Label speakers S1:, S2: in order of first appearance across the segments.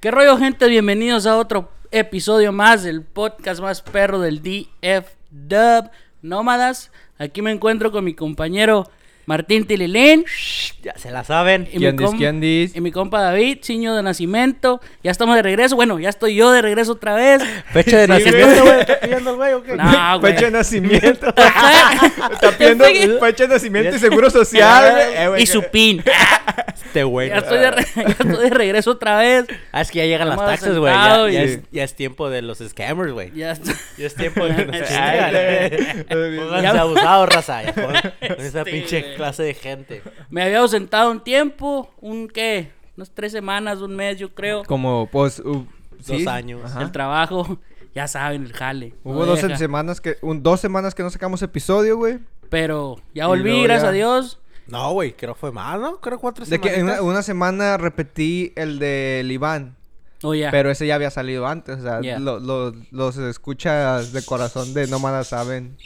S1: ¿Qué rollo, gente? Bienvenidos a otro episodio más del podcast más perro del DF Dub Nómadas. Aquí me encuentro con mi compañero Martín Tililín
S2: Ya se la saben.
S1: y, mi
S3: ¿Quién dis,
S1: com-
S3: quién dis?
S1: y mi compa David, Ciño de Nacimiento. Ya estamos de regreso. Bueno, ya estoy yo de regreso otra vez.
S2: Fecha de nacimiento, güey. ¿Está pidiendo el güey o qué?
S1: No, Ah, güey.
S3: Fecha de nacimiento.
S1: Pues, eh,
S3: Está
S1: pidiendo
S3: pidiendo
S1: Te-
S3: fecha de nacimiento y seguro social, güey. Eh, güey.
S1: Y su pin.
S2: Este güey.
S1: Ya estoy de, re- ya estoy de regreso otra vez.
S2: Ah, es que ya llegan las
S1: Estamos
S2: taxes, güey. Ya,
S1: sentados
S2: ya
S1: y-
S2: es, ya es tiempo de los scammers, güey.
S1: Ya estoy-
S2: Ya es tiempo de los
S3: Ay,
S2: scammers.
S3: güey.
S2: Pónganse abusados, raza. Ya, pon- con esa
S1: Sí, güey.
S2: pinche clase de gente.
S1: Me había ausentado un tiempo, un qué, unas tres semanas, un mes, yo creo.
S3: Como, pues. u- sí,
S2: años.
S3: ajá.
S1: El trabajo, ya saben, el jale. no
S3: Hubo dos
S1: deja.
S3: semanas que. un- dos semanas que no sacamos episodio, güey.
S1: Pero ya
S3: Y
S1: volví,
S3: luego
S1: gracias
S3: ya.
S1: a Dios.
S2: No, güey. Creo fue más, ¿no? Creo cuatro
S3: De que en
S2: semanitas.
S3: una, una semana repetí el del Iván.
S1: Oh, ya.
S3: Pero ese ya había salido antes. O sea,
S1: Ya.
S3: lo- lo- los escuchas de corazón de Nómadas saben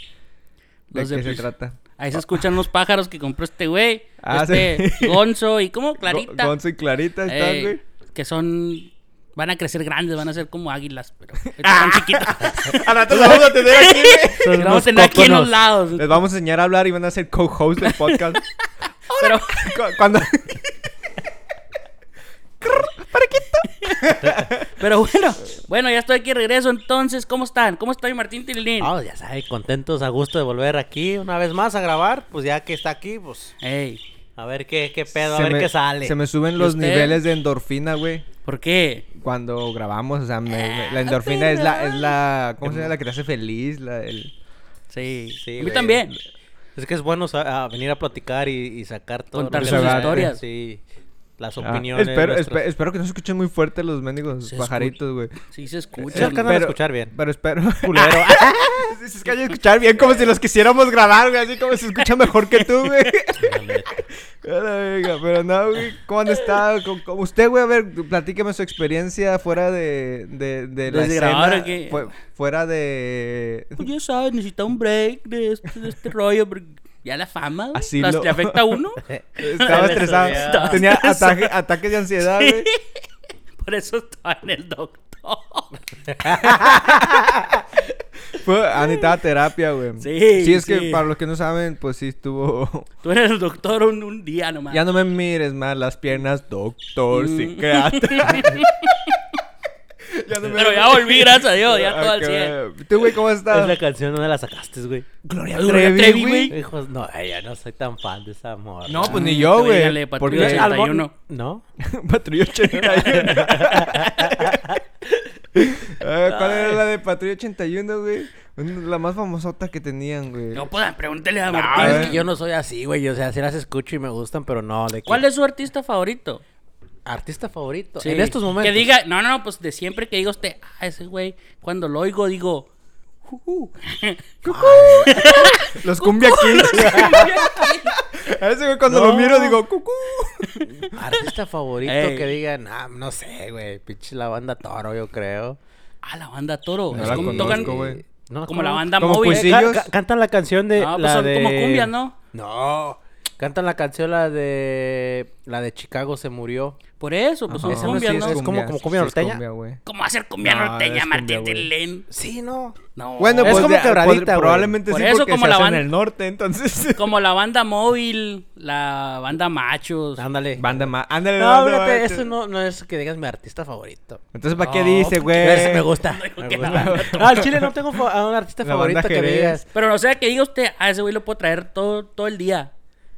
S3: de
S1: Los
S3: qué se
S1: epi-
S3: trata.
S1: Ahí se escuchan los pájaros que compró este güey.
S3: Ah,
S1: este
S3: sí.
S1: Gonzo y como
S3: Go-
S1: Clarita.
S3: Gonzo y Clarita están,
S1: Ey,
S3: güey.
S1: que son. Van a crecer grandes, van a ser como águilas, pero están chiquitos.
S3: A rato los vamos a tener aquí, güey.
S1: Los vamos a tener aquí en los lados.
S3: Les vamos a enseñar a hablar y van a ser co-host del podcast.
S1: Pero,
S3: Cu- Cuando...
S1: pero bueno, bueno, ya estoy aquí de regreso. Entonces, ¿cómo están? ¿Cómo está mi Martín Tililín?
S2: Ah, ya saben, contentos, a gusto de volver aquí una vez más a grabar. Pues ya que está aquí, pues
S1: Ey,
S2: a ver qué, qué pedo,
S3: se
S2: a ver
S3: me-
S2: qué sale.
S3: Se me
S1: ¿Y
S3: suben los
S1: usted?
S3: niveles de endorfina, güey.
S1: ¿por qué?
S3: Cuando grabamos, o sea, me-
S2: Eh,
S3: me- la endorfina es la, es la, ¿cómo se llama? La que te hace feliz, la, el-
S1: Sí,
S2: Sí,
S1: A mí
S2: güey.
S1: también.
S2: Es que es bueno sa- a venir a platicar y, y sacar todo.
S1: Contar
S2: lo que
S3: sus
S2: se-
S1: historias.
S2: Sí, las
S3: Ah,
S2: opiniones.
S3: espero,
S2: nuestras.
S3: espe- espero que no se escuchen muy fuerte los mendigos
S1: Se escu-
S3: pajaritos, güey.
S1: Sí se
S2: Se
S1: escucha.
S2: alcanzan a escuchar bien.
S3: Eh, Pero espero. Culero. es que hay que escuchar bien como si los quisiéramos grabar, güey. Así como se escucha mejor que tú, güey. A la verga, pero no, güey. ¿Cómo han estado? ¿Cómo- cómo- Usted, güey, a ver, platíqueme su experiencia fuera de, de, de la
S1: Desde
S3: escena,
S1: grabar, ¿o qué?
S3: fue- fuera de...
S1: Pues ya sabes, necesita un break de este, de este rollo. porque Ya la fama, güey,
S3: Así
S1: las-
S3: lo-
S1: ¿te afecta a uno?
S3: Estaba
S2: Se le
S3: estresado.
S2: subió.
S3: Tenía ataque, ataques de ansiedad, güey.
S1: Por eso estaba en el doctor.
S3: Fue, ah, necesitaba terapia, güey.
S1: Sí,
S3: Sí, es
S1: sí.
S3: que para los que no saben, pues sí estuvo...
S1: Tú eres el doctor un, un día nomás.
S3: Ya no me mires más las piernas, doctor,
S1: Mm.
S3: psiquiatra. ya no
S1: Pero ya volví, gracias a Dios, ya todo al
S3: Ok,
S1: 100.
S3: ¿Tú, güey, cómo estás?
S2: Es la canción donde la sacaste, güey.
S3: Gloria
S1: Gloria Trevi, güey.
S2: Hijos, no, ay, ya no soy tan fan de esa morra.
S3: No, pues ni
S1: Ah,
S3: yo,
S1: tú
S3: güey.
S1: dígale,
S3: Porque
S1: Patrulla
S3: al-
S1: 81.
S2: ¿No?
S3: Patrulla 81. Ah, ¿Cuál era la de Patrulla 81, güey? Un- La más famosota que tenían, güey.
S1: No, pues pregúntele a
S2: Ah,
S1: Martín.
S3: a
S2: es
S3: ver.
S2: que yo no soy así, güey. O sea, sí las escucho y me gustan, pero no. De que-
S1: ¿Cuál es su artista favorito?
S2: Artista favorito.
S1: Sí.
S2: En estos momentos.
S1: Que diga, no, no, pues de siempre que diga usted, ah, ese güey, cuando lo oigo, digo, "Jujú".
S3: Los cumbia kings. A ese güey cuando
S2: No.
S3: lo miro digo, cucú.
S2: Artista favorito
S1: Ey.
S2: que diga, nah, no sé, güey. Pinche la banda Toro, yo creo.
S1: ah, la banda Toro.
S3: No
S1: es
S3: la
S1: como
S3: conozco,
S1: tocan
S3: güey.
S2: No,
S1: como
S2: ¿cómo?
S1: la banda
S3: Como
S1: móvil.
S3: Cuisillo.
S2: Ca-
S3: Ellos-
S2: ca- cantan la canción de.
S1: No, pues
S2: la
S1: son
S2: de...
S1: como cumbias, ¿no?
S2: No. Cantan la canción la de. La de Chicago se murió.
S1: Por eso, pues
S3: Ajá.
S1: son
S2: Esa no
S1: cumbia,
S2: sí
S1: ¿no?
S2: es como- como cumbia
S3: sí es
S2: norteña.
S3: cumbia, güey.
S1: ¿Cómo hacer cumbia
S3: No,
S1: norteña,
S3: es cumbia,
S1: Martín
S3: güey.
S1: Tilín?
S2: Sí, no.
S1: No.
S3: Bueno,
S2: Es
S3: pues
S2: como
S3: ya-
S2: quebradita,
S3: podri-
S2: güey.
S3: Probablemente
S1: Por
S3: sí,
S1: eso
S3: porque
S1: como
S3: se
S1: la
S3: hace
S1: banda-
S3: en el norte, entonces.
S1: Como la banda móvil, la banda machos.
S2: Ándale.
S3: Banda más. Ándale,
S2: No,
S3: banda
S2: fíjate,
S3: más.
S2: eso no, no es que digas mi artista favorito.
S3: Entonces, ¿para qué
S1: No,
S3: dice, güey?
S2: Ese me gusta. me
S1: que la
S2: gusta.
S1: banda
S2: No, al chile no tengo fa- a un artista
S3: La
S2: favorito
S3: banda
S2: que
S3: Jerez.
S2: digas.
S1: Pero no sea que diga usted, ah, ese güey lo puedo traer todo, todo el día.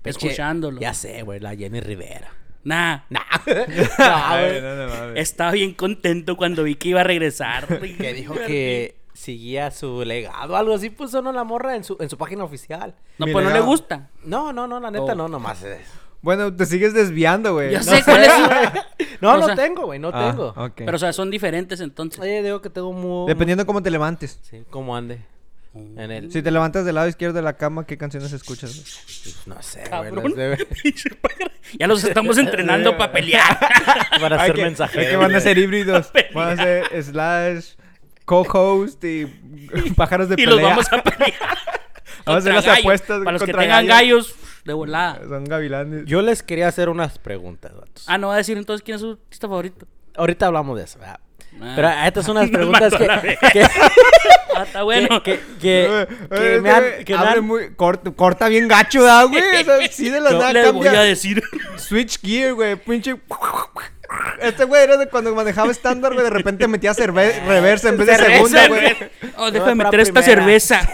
S1: escuchándolo.
S2: Ya sé, güey, la Jenny Rivera.
S1: Nah.
S2: Nah.
S3: Ay,
S2: nah güey.
S3: Ah, no, no mames.
S1: Estaba bien contento cuando vi que iba a regresar.
S2: que dijo que seguía su legado, algo así puso no la morra en su, en su página oficial.
S1: No,
S3: Mi
S1: pues no le
S3: legado.
S1: gusta.
S2: No, no, no, la neta
S1: Oh.
S2: no, nomás es.
S3: Bueno, te sigues desviando, güey.
S1: Yo
S3: No
S1: sé cuál es su...
S2: No,
S1: O
S2: no
S1: sea-
S2: tengo, güey, no
S3: Ah,
S2: tengo.
S3: ok.
S1: Pero, o sea, son diferentes entonces.
S2: Oye, digo que tengo muy...
S3: Dependiendo cómo te levantes.
S2: Sí, cómo ande.
S1: Mm.
S2: En el...
S3: Si te levantas del lado izquierdo de la cama, ¿qué canciones escuchas? güey?
S2: pues, No sé, güey.
S1: Cabrón.
S2: no sé,
S1: Pinche pájaro. ya los estamos entrenando para pelear.
S2: Para
S3: Hay
S2: ser
S3: que-
S2: mensajeros.
S3: hay que van a
S2: güey.
S3: ser híbridos. Van a ser slash, co-host y pájaros de
S1: y
S3: pelea.
S1: los vamos a pelear.
S3: Vamos a hacer
S1: Contra
S3: las
S1: gallos.
S3: apuestas
S1: Para los que
S3: contra
S1: tengan gallos,
S3: gallos.
S1: de volada.
S3: Son gavilanes.
S2: Yo les quería hacer unas preguntas, vatos.
S1: Ah, no va a decir entonces quién es su artista favorito.
S2: ahorita hablamos de eso. ¿verdad?
S1: Ah.
S2: Pero estas son las
S4: Nos
S2: preguntas
S4: mandó
S2: que,
S4: la
S2: que,
S1: Ah, está bueno.
S2: que, que-
S3: Eh,
S2: que
S3: eh,
S2: me han-
S3: eh,
S2: que me
S3: abre
S2: han-
S3: muy- corta, corta bien gacho, ¿da, güey? O sea, sí de la
S1: No
S3: nada
S1: les voy
S3: cambia.
S1: a decir.
S3: Switch gear, güey. Pinche. Este güey era de cuando manejaba estándar, güey. De repente metía cerve- reversa en vez de segunda, güey.
S1: Oh,
S2: fue
S1: déjame meter
S2: primera.
S1: esta cerveza.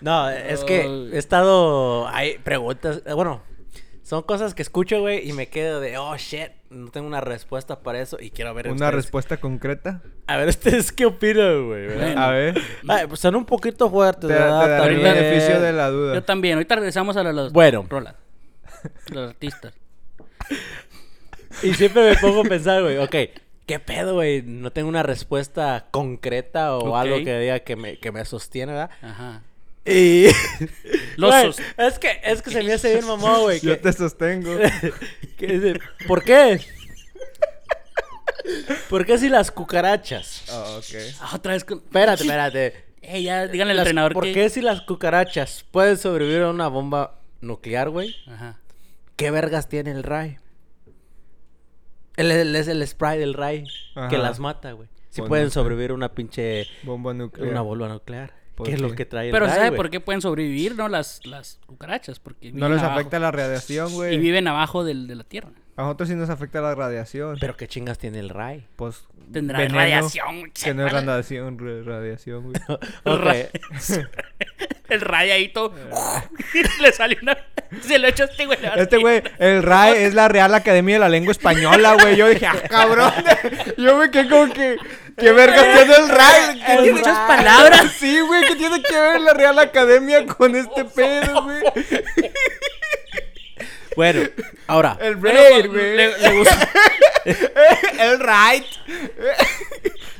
S2: No, es que he estado. Hay preguntas. eh, Bueno, son cosas que escucho, güey, y me quedo de, oh shit, no tengo una respuesta para eso y quiero ver.
S3: Una
S2: ustedes-
S3: respuesta concreta.
S2: A ver, ustedes qué opinan, güey. ¿verdad?
S3: A ver.
S2: Ay, pues son un poquito fuertes,
S3: Te, te
S2: ¿verdad?
S3: daré el
S2: También.
S3: beneficio de la duda.
S1: Yo también. Ahorita regresamos a la- las
S2: Bueno.
S1: rolas. Los artistas.
S2: Y siempre me pongo a pensar, güey, ok, ¿qué pedo, güey? No tengo una respuesta concreta o
S1: Ok.
S2: algo que diga que me, que me sostiene, ¿verdad?
S1: Ajá.
S2: Y...
S1: Los
S2: Güey,
S1: sos-
S2: es que, es que se me hace bien mamón, güey.
S3: Yo
S2: que-
S3: te sostengo.
S2: que dice, ¿Por qué? ¿Por qué si las cucarachas?
S3: Ah, ok.
S1: Ah, otra vez con.
S2: Espérate, espérate.
S1: Eh, ya, díganle al
S2: Las-
S1: entrenador
S2: ¿Por
S1: que-
S2: qué si las cucarachas pueden sobrevivir a una bomba nuclear, güey?
S1: Ajá.
S2: ¿Qué vergas tiene el Rai? Él es el, es el spray del Rai
S3: Ajá.
S2: que las mata, güey. Si
S3: Pues
S2: pueden
S3: no sé.
S2: sobrevivir a una pinche.
S3: Bomba nuclear.
S2: Una bomba nuclear.
S3: ¿Por
S2: ¿Qué es lo
S3: qué?
S2: que trae el
S1: Pero
S2: Rai,
S1: ¿sabe
S2: güey?
S1: por qué pueden sobrevivir, no? Las, las cucarachas. Porque
S3: No
S1: viven
S3: les
S1: abajo.
S3: afecta la radiación,
S1: Y
S3: güey.
S1: viven abajo del, de la tierra.
S3: A nosotros sí nos afecta la radiación.
S2: Pero qué chingas tiene el Rai.
S3: Pues.
S1: Tendrá
S3: veneno,
S1: radiación.
S3: Que no es radiación, re- radiación, güey.
S2: Ok.
S1: El rayadito. le sale una. Se lo echa a este güey. le va a-
S3: Este güey, el RAE es la Real Academia de la Lengua Española, güey. Yo dije, ah, cabrón. Yo me quedé como que, ¿qué vergas tiene el RAE? ¿Qué
S1: Con
S3: tiene-
S1: Este muchas palabras.
S3: Sí, güey, ¿qué tiene que ver la Real Academia con este pedo, güey?
S2: Bueno, ahora.
S3: El
S1: Bueno,
S3: Raid,
S1: le,
S3: güey.
S1: le gustó,
S3: El Raid.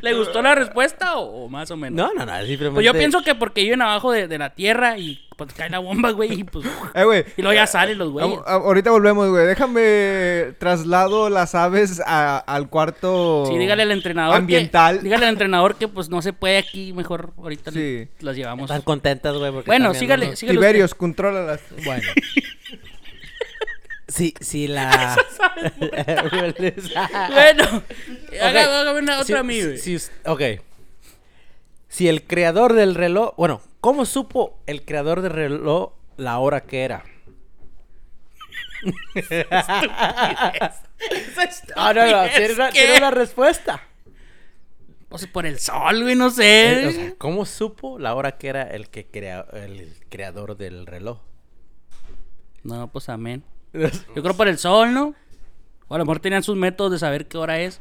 S1: ¿le gustó la respuesta o, o más o menos?
S2: No, no, no, simplemente.
S1: Pues yo pienso que porque viven abajo de, de la tierra y pues cae la bomba, güey, y pues.
S3: Eh, güey.
S1: Y luego ya salen los güeyes.
S3: a- a- ah, Ahorita volvemos, güey. Déjame traslado las aves a- al cuarto.
S1: Sí, dígale al entrenador.
S3: Ambiental.
S1: Que, dígale al entrenador que pues no se puede aquí, mejor ahorita
S3: Sí.
S1: las llevamos.
S2: Están contentas, güey. porque
S1: Bueno,
S2: están
S1: sígale,
S2: viendo-
S1: sígale.
S3: Tiberios, contrólalas.
S2: Bueno. Sí, sí, la.
S1: usted. Bueno, haga- hágame una
S2: Si-
S1: otra a mí, güey.
S2: si- si- ok. Si el creador del reloj. Bueno, ¿cómo supo el creador del reloj la hora que era? Ah, no, no, tiene una,
S1: ¿Qué?
S2: tiene una respuesta.
S1: Pues por el sol, güey, no
S2: Eh,
S1: sé.
S2: o sea, ¿Cómo supo la hora que era el que crea, el creador del reloj?
S1: No, pues amén. Yo creo por el sol, ¿no? O a lo mejor tenían sus métodos de saber qué hora es.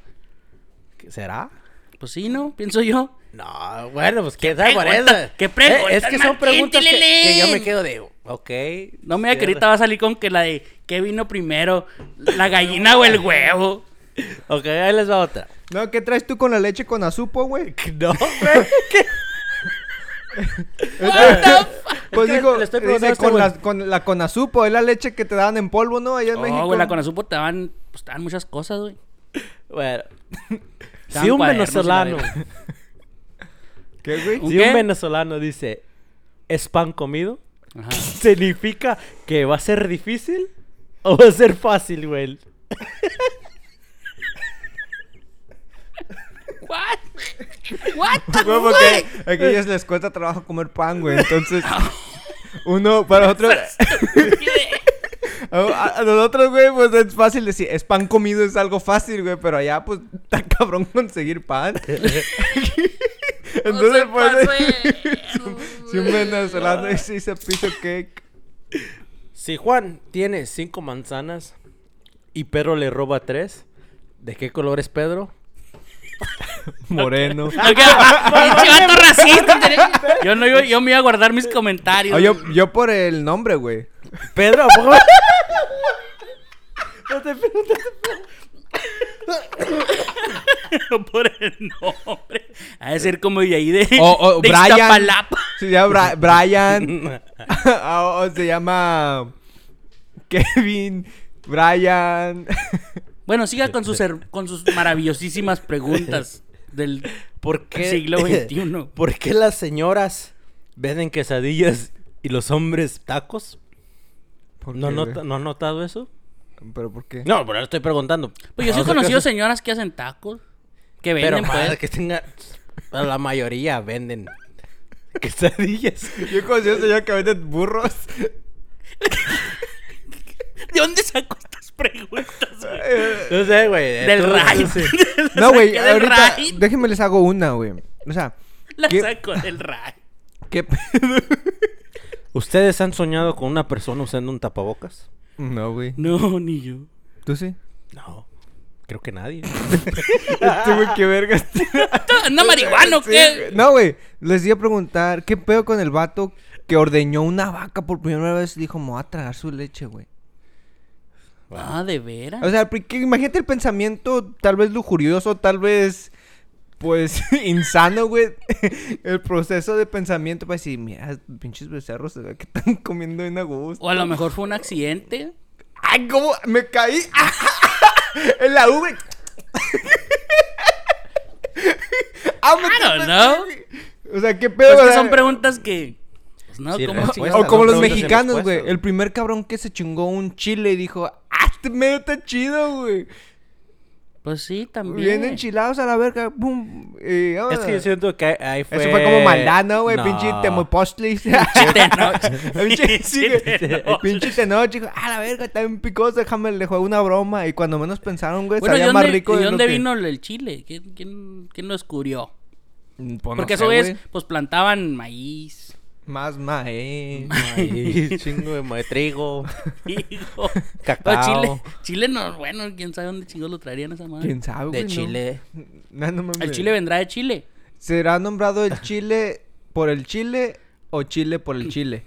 S2: ¿Será?
S1: Pues sí, ¿no? Pienso yo.
S2: No, bueno, pues quién sabe por eso.
S1: pregunta? ¿Qué pregunta,
S2: Eh, es que son
S1: Martín,
S2: preguntas que,
S1: Tililín?
S2: que yo me quedo de, ok.
S1: No me diga que ahorita va a salir con que la de qué vino primero, la gallina o el huevo.
S2: Ok, ahí les va otra.
S3: No, ¿qué traes tú con la leche con azupo, güey?
S2: No,
S3: Pues
S2: Es que
S3: digo,
S2: le estoy
S3: dice,
S2: preguntando a este
S3: con,
S2: güey.
S3: la, con la conazupo, es la leche que te daban en polvo, ¿no? Allá en México.
S1: Oh, güey, la conazupo te daban, pues, te daban muchas cosas, güey.
S2: Bueno.
S1: Estaban
S2: Si un
S1: cuadernos y la
S2: venezolano,
S1: verga.
S3: ¿Qué, güey?
S1: ¿Un
S2: si un
S1: qué?
S2: venezolano dice, es pan comido,
S1: Ajá.
S2: significa que va a ser difícil o va a ser fácil, güey.
S1: What? What? the
S3: Güey,
S1: fuck?
S3: porque aquí ellos les cuesta trabajo comer pan, güey. Entonces, uno para otro. A, a nosotros, güey, pues es fácil decir, es pan comido, es algo fácil, güey, pero allá, pues, está cabrón conseguir pan. Entonces, pues, si un venezolano dice, hizo piso cake,
S2: Si Juan tiene cinco manzanas y Pedro le roba tres, ¿de qué color es Pedro?
S3: moreno.
S1: Ok, pinche vato racista, tenés- Yo, no, yo, yo me iba a guardar mis comentarios.
S3: Oh, yo, yo por el nombre, güey.
S2: Pedro, ¿a poco?
S1: por el nombre. Ha de ser como de ahí de,
S3: O, o
S1: de
S3: Brian.
S1: Iztapalapa.
S3: Se llama Bra- Brian. o, o se llama Kevin. Brian.
S1: Bueno, siga con sus, her- con sus maravillosísimas preguntas del
S2: ¿Por qué?
S1: siglo XXI.
S2: ¿Por qué las señoras venden quesadillas y los hombres tacos?
S3: ¿Por
S2: ¿No,
S3: qué,
S2: nota-
S3: güey?
S2: ¿no has notado eso?
S3: ¿Pero por qué?
S2: No, pero ahora estoy preguntando.
S1: Pues yo
S3: Ah,
S1: sí he
S2: Vamos a-
S1: conocido señoras que hacen tacos. Que
S2: Pero
S1: venden,
S2: madre,
S1: pues.
S2: que tenga... pero la mayoría venden quesadillas.
S3: Yo conocí a un señor que vende burros.
S1: ¿De dónde saco estas preguntas, güey?
S2: No sé, güey. eh,
S1: Del
S2: tú-
S1: rayo.
S2: sí.
S3: No, güey,
S1: Saqué del
S3: ahorita
S1: Rai.
S3: déjenme les hago una, güey. O sea,
S1: La
S3: ¿Qué?
S1: saco del rayo.
S3: ¿qué pedo?
S2: ¿Ustedes han soñado con una persona usando un tapabocas?
S3: No, güey.
S1: No, ni yo.
S3: ¿Tú sí?
S2: No. Creo que nadie.
S3: Este güey, qué vergas.
S1: ¿Anda marihuano o qué?
S3: No, güey. Les iba a preguntar, ¿qué pedo con el vato que ordeñó una vaca por primera vez y dijo, me voy a tragar su leche, güey?
S1: Ah, ¿de veras?
S3: O sea, porque imagínate el pensamiento tal vez lujurioso, tal vez, pues, insano, güey. El proceso de pensamiento para decir, mira, pinches becerros, se ve que están comiendo en a gusto.
S1: o a lo mejor fue un accidente.
S3: ¡Ay, cómo! ¡Me caí! en la V. ¡Ah, me
S1: I don't
S3: tropecé,
S1: know.
S3: güey. O sea, ¿qué pedo?
S1: Pues que
S3: güey?
S1: son preguntas que... pues no,
S2: Sí,
S1: ¿cómo?
S2: respuesta.
S3: O como
S2: Son preguntas
S3: los
S2: sin
S3: mexicanos, güey.
S2: respuesta.
S3: El primer cabrón que se chingó un chile y dijo, ¡ah, este medio está chido, güey!
S1: Pues sí, también.
S3: Bien enchilados a la verga, ¡pum! Y
S2: es
S3: vámonos.
S2: que yo siento que ahí- ahí eh. fue...
S3: Eso fue como maldad, ¿no, güey?
S2: No.
S3: Pinche temopostlis. Pinche sí, güey.
S1: Tenoch.
S3: Pinche tenoch, dijo, a la verga, está bien picoso, déjame, le juego una broma. Y cuando menos pensaron, güey,
S1: Bueno, ¿y
S3: sabía más
S1: dónde,
S3: rico
S1: y
S3: de lo
S1: dónde
S3: que-
S1: vino el chile? ¿Quién, quién, quién lo descubrió?
S3: Mm, pues no
S1: Porque
S3: sé,
S1: eso es,
S3: güey.
S1: pues plantaban maíz,
S3: Más maíz.
S2: Ay, chingo de ma- de trigo.
S1: higo.
S2: Cacao.
S1: No, Chile, Chile no, bueno, quién sabe dónde chingos lo traerían esa madre.
S3: ¿Quién sabe,
S2: De
S3: güey? no?
S2: chile.
S3: No, no mames.
S1: El chile vendrá de Chile.
S3: ¿Será nombrado el chile por el chile o chile por el chile?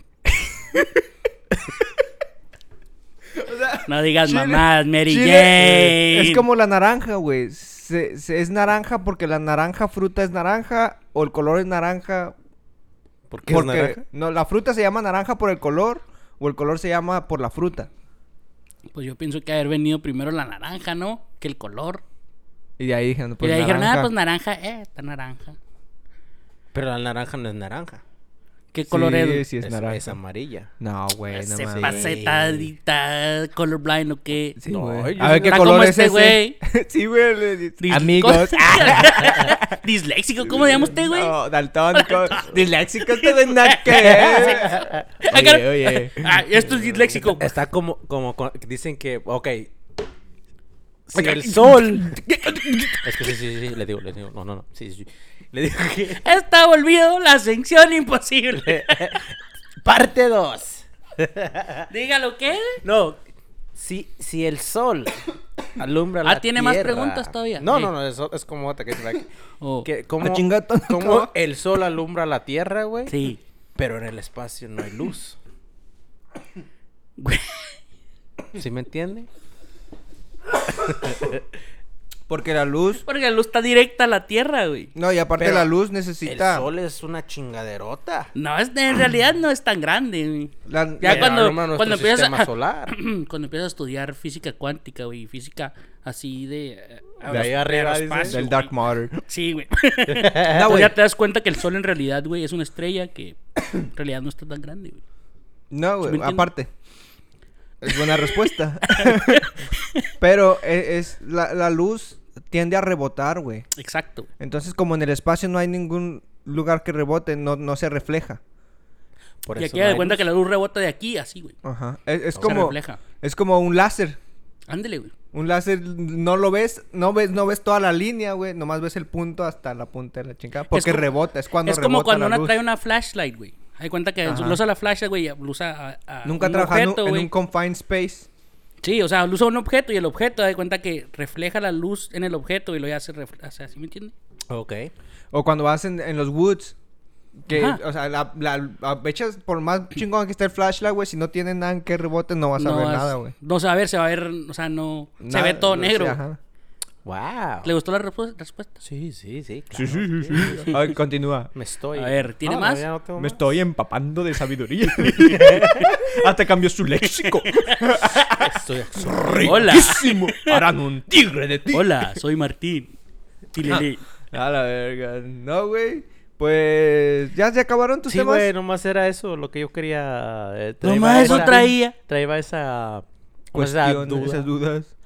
S1: No digas
S3: Chile-
S1: mamás, Mary
S3: Chile,
S1: Jane.
S3: eh, Es como la naranja, güey. Se- se- es naranja porque la naranja fruta es naranja o el color es naranja
S2: ¿Por qué
S3: porque
S2: es naranja?
S3: no la fruta se llama naranja por el color o el color se llama por la fruta.
S1: Pues yo pienso que haber venido primero la naranja, ¿no? Que el color.
S3: Y de ahí dijeron, pues
S1: y le dijeron, ah,
S3: naranja.
S1: pues naranja, eh, está naranja.
S2: Pero la naranja no es naranja.
S1: ¿Qué color es?
S3: Sí,
S1: güey?
S3: sí es naranja.
S2: amarilla.
S3: No, güey, no
S1: Ese
S3: mames.
S1: paseta, está colorblind o qué.
S3: Sí,
S2: No,
S3: güey.
S2: yo
S3: A ver
S1: no
S3: qué
S1: la como
S3: color es
S1: este,
S3: ese.
S1: güey.
S3: sí, güey. le dices,
S1: Dis-
S3: Amigos.
S1: Disléxico, ¿cómo le llama usted, güey?
S3: No, daltónico. Disléxico, te ven nada que ver. Oye, oye.
S1: Ah, esto es disléxico.
S2: Está como, como co- dicen que, ok. Si el sol. es que sí, sí, sí, le digo, le digo, no, no, no. Sí, sí, sí. Le digo que.
S1: Está volvido la ascensión imposible.
S2: Parte 2.
S1: Dígalo, ¿qué?
S2: No, si, si el sol alumbra la
S1: Ah, ¿tiene más
S2: tierra-
S1: preguntas todavía?
S2: No,
S1: Sí.
S2: no, no, es, es como otra que es like,
S1: Oh,
S2: que como,
S3: Ah, chinga, tonto.
S2: como el sol alumbra la tierra, güey.
S1: Sí.
S2: Pero en el espacio no hay luz.
S1: Güey,
S2: ¿Sí me entiende?
S3: Porque la luz.
S1: Porque la luz está directa a la tierra, güey.
S3: No, y aparte
S2: Pero
S3: la luz
S2: El
S3: necesita.
S2: sol es una chingaderota.
S1: No, es- en realidad no es tan grande, güey.
S3: la-
S1: Ya
S2: Pero
S1: cuando-
S2: alumbra nuestro
S1: cuando empiezas
S2: sistema
S1: a-
S2: solar.
S1: Cuando empiezas a estudiar física cuántica, güey, y física así de... eh,
S2: De ahí arriba, dice,
S1: aeroespacio,
S3: Del
S1: güey.
S3: dark matter.
S1: Sí, güey.
S3: No,
S1: Pues
S3: güey.
S1: ya te das cuenta que el sol en realidad, güey, es una estrella que en realidad no está tan grande, güey.
S3: No,
S1: ¿Sí
S3: güey,
S1: me entiendes?
S3: aparte. Es buena respuesta. Pero e- es, la, la luz tiende a rebotar, güey.
S1: Exacto, güey.
S3: Entonces, como en el espacio no hay ningún lugar que rebote, no, no se refleja.
S2: Por
S1: Y
S2: eso
S1: aquí
S2: no
S1: da
S2: hay
S1: cuenta
S2: luz.
S1: que la luz rebota de aquí, así, güey.
S3: Ajá. Es, es
S1: Se
S3: como.
S1: refleja.
S3: Es como un láser.
S1: Ándele, güey.
S3: Un láser no lo ves, no ves, no ves toda la línea, güey. Nomás ves el punto hasta la punta de la chingada. Porque
S1: como-
S3: rebota, es cuando
S1: es como
S3: rebota
S1: cuando
S3: la
S1: uno
S3: luz.
S1: trae una flashlight, güey. Hay cuenta que
S3: Ajá.
S1: usa la flashlight, güey, y usa a, a
S3: Nunca
S1: un
S3: trabajando
S1: objeto,
S3: en
S1: güey.
S3: un confined space.
S1: Sí, o sea, usa un objeto y el objeto da cuenta que refleja la luz en el objeto y lo hace, ref- o sea, ¿sí me entiendes?
S2: Ok.
S3: O cuando vas en, en los woods. Que,
S1: Ajá.
S3: o sea, la, la, a- echas- por más chingón que esté el flashlight, güey, si no tiene nada en que rebote, no vas a ver
S1: vas-
S3: nada, güey.
S1: No se va a ver, se va a ver, o sea, no... se
S3: Nada,
S1: ve todo
S3: sí,
S1: negro. güey.
S3: ajá.
S2: Wow.
S1: ¿Le gustó la repu- respuesta?
S2: Sí, sí, sí.
S3: Sí,
S2: claro.
S3: sí, sí, sí. A ver, continúa.
S2: Me estoy.
S1: A ver, ¿tiene
S2: No, no,
S1: más?
S2: ya no tengo
S3: Me
S2: más.
S3: estoy empapando de sabiduría. Hasta cambió su léxico.
S2: Estoy absor-
S1: Hola.
S3: Riquísimo. Harán un tigre de ti.
S1: Hola, soy Martín. Tilili.
S3: A la verga. No, güey. Pues ya se acabaron tus
S2: Sí,
S3: temas.
S2: güey, nomás era eso lo que yo quería. eh, traía
S1: Nomás eso
S2: esa-
S1: traía.
S2: Traía esa
S5: esa
S3: cuestiones,
S5: duda.
S3: esas dudas.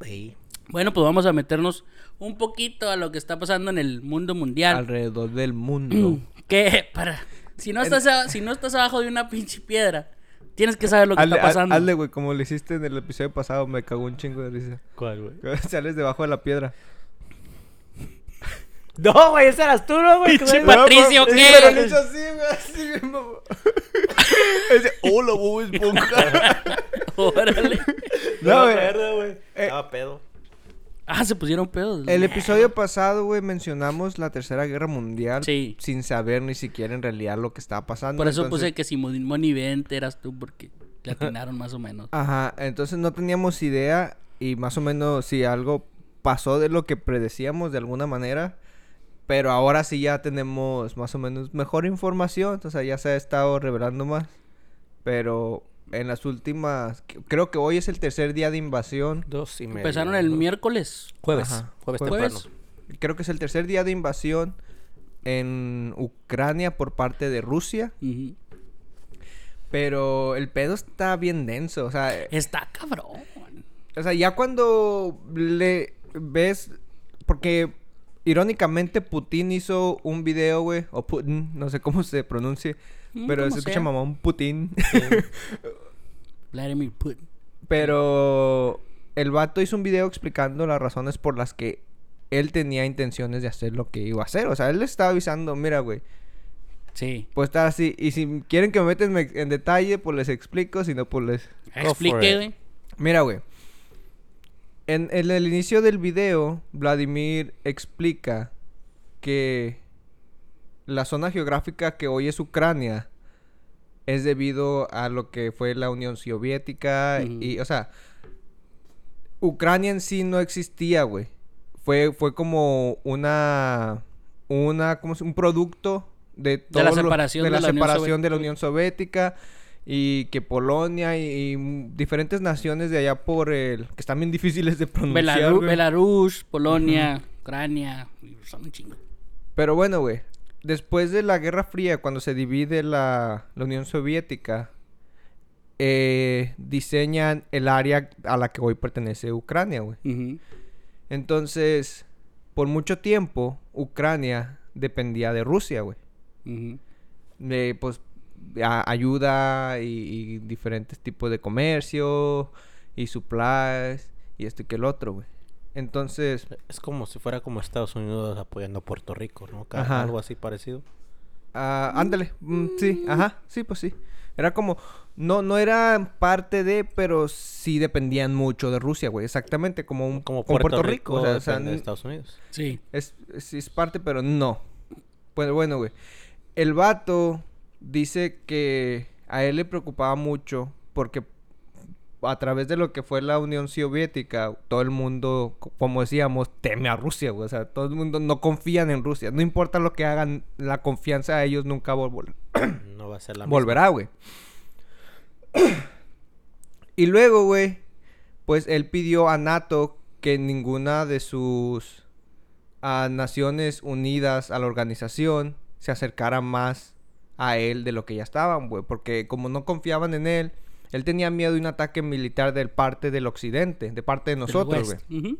S5: Sí.
S1: Bueno, pues vamos a meternos un poquito a lo que está pasando en el mundo mundial.
S3: Alrededor del mundo.
S1: Que para si no estás a- si no estás abajo de una pinche piedra, tienes que saber lo que
S3: Hazle,
S1: está
S3: ha-
S1: pasando.
S3: hazle, güey, como lo hiciste en el episodio pasado, me cagó un chingo de risa.
S5: ¿Cuál, güey?
S3: Sales debajo de la piedra.
S5: No, güey, ese eras tú, ¿no, güey? Que
S1: Pinche
S5: me-
S1: pa- Patricio,
S3: No,
S1: ¿qué?
S3: Pero lo hizo así, güey, así bien, mamá. Dice, hola, Bob Esponja.
S1: Órale.
S5: No,
S3: No,
S5: me
S3: güey.
S5: acuerdo, güey.
S3: Eh.
S5: Estaba pedo.
S1: Ah, se pusieron pedos.
S3: El episodio pasado, güey, mencionamos la Tercera Guerra Mundial.
S1: Sí.
S3: Sin saber ni siquiera en realidad lo que estaba
S1: Eh,
S3: pasando.
S1: Por eso
S3: entonces-
S1: puse que si Mon- Moni Vente eras tú porque le atinaron más o menos.
S3: Ajá, entonces no teníamos idea y más o menos si algo pasó de lo que predecíamos de alguna manera, pero ahora sí ya tenemos más o menos mejor información, entonces ya se ha estado revelando más, pero en las últimas, c- creo que hoy es el tercer día de invasión,
S5: Dos y medio.
S1: Empezaron el
S5: ¿no?
S1: miércoles.
S5: Jueves.
S3: Ajá.
S5: Jueves
S1: Jueves.
S5: temprano.
S3: creo que es el tercer día de invasión en Ucrania por parte de Rusia,
S1: Ujú.
S3: pero el pedo está bien denso, o sea,
S1: Está cabrón.
S3: O sea, ya cuando le ves. Porque irónicamente Putin hizo un video, güey. O Putin, no sé cómo se pronuncie.
S1: Mm,
S3: Pero
S1: como
S3: se escucha
S1: sea.
S3: mamón Putin.
S1: Vladimir Putin.
S3: pero el vato hizo un video explicando las razones por las que él tenía intenciones de hacer lo que iba a hacer. O sea, él le estaba avisando, mira, güey.
S1: Sí.
S3: Pues estar así. Y si quieren que me meten me- en detalle, pues les explico. Si no, pues les.
S5: for
S1: Expliqué,
S5: it.
S1: güey.
S3: Mira, güey. En, en el inicio del video, Vladimir explica que la zona geográfica que hoy es Ucrania es debido a lo que fue la Unión Soviética
S1: Ujú.
S3: y, o sea, Ucrania en sí no existía, güey. Fue, fue como una, una, ¿cómo se- un producto de,
S1: De la
S3: todo lo-
S1: separación de
S3: de la,
S1: la Unión
S3: separación de
S1: Soviética.
S3: la Unión Soviética y que Polonia y, y diferentes naciones de allá por el que están bien difíciles de pronunciar.
S1: Belaru-
S3: güey.
S1: Belarus, Polonia, Ucrania. y Son un chingo.
S3: Pero bueno, güey, después de la Guerra Fría, cuando se divide la, la Unión Soviética, eh, diseñan el área a la que hoy pertenece Ucrania, güey.
S1: Ujú.
S3: Entonces, por mucho tiempo, Ucrania dependía de Rusia, güey.
S1: Ujú.
S3: de pues a- ayuda y, y diferentes tipos de comercio y supplies y esto y que el otro, güey. Entonces,
S5: Es como si fuera como Estados Unidos apoyando a Puerto Rico, ¿no? Ca-
S3: Ajá.
S5: Algo así parecido.
S3: ah, ándale, mm, sí, ajá, sí, pues sí. Era como, no, no era parte de, pero sí dependían mucho de Rusia, güey, exactamente, como, un,
S5: Como
S3: con
S5: Puerto, Rico,
S3: o sea, o sea,
S5: depende de
S3: n-
S5: Estados Unidos.
S1: Sí.
S3: Es, es, es parte, pero no. Pues bueno, güey. El vato dice que a él le preocupaba mucho porque a través de lo que fue la Unión Soviética, todo el mundo, co- como decíamos, teme a Rusia, güey. O sea, todo el mundo no confían en Rusia. No importa lo que hagan, la confianza a ellos nunca vol- vol-
S5: No va a ser la misma.
S3: volverá, güey. y luego, güey, pues él pidió a NATO que ninguna de sus ah, Naciones Unidas a la organización se acercara más a él de lo que ya estaban, güey, porque como no confiaban en él, él tenía miedo de un ataque militar del parte del occidente, de parte de nosotros, güey.
S1: West. Ujú.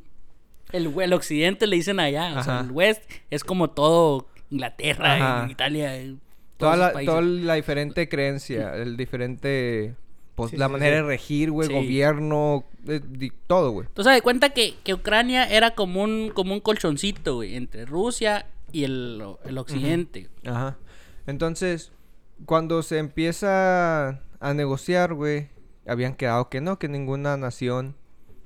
S1: El, we- el occidente le dicen allá. O sea,
S3: Ajá.
S1: el west es como todo Inglaterra,
S3: Ajá.
S1: y Italia. y todos
S3: Toda
S1: esos
S3: la,
S1: países.
S3: toda la diferente creencia, el diferente... Pues,
S5: Sí,
S3: la
S5: sí,
S3: manera
S5: sí.
S3: de regir, güey,
S1: Sí.
S3: gobierno, eh, di- todo, güey.
S1: Tú sabes de cuenta que, que Ucrania era como un, como un colchoncito, güey, entre Rusia y el, el occidente.
S3: Ajá. Entonces, cuando se empieza a negociar, güey, habían quedado que no, que ninguna nación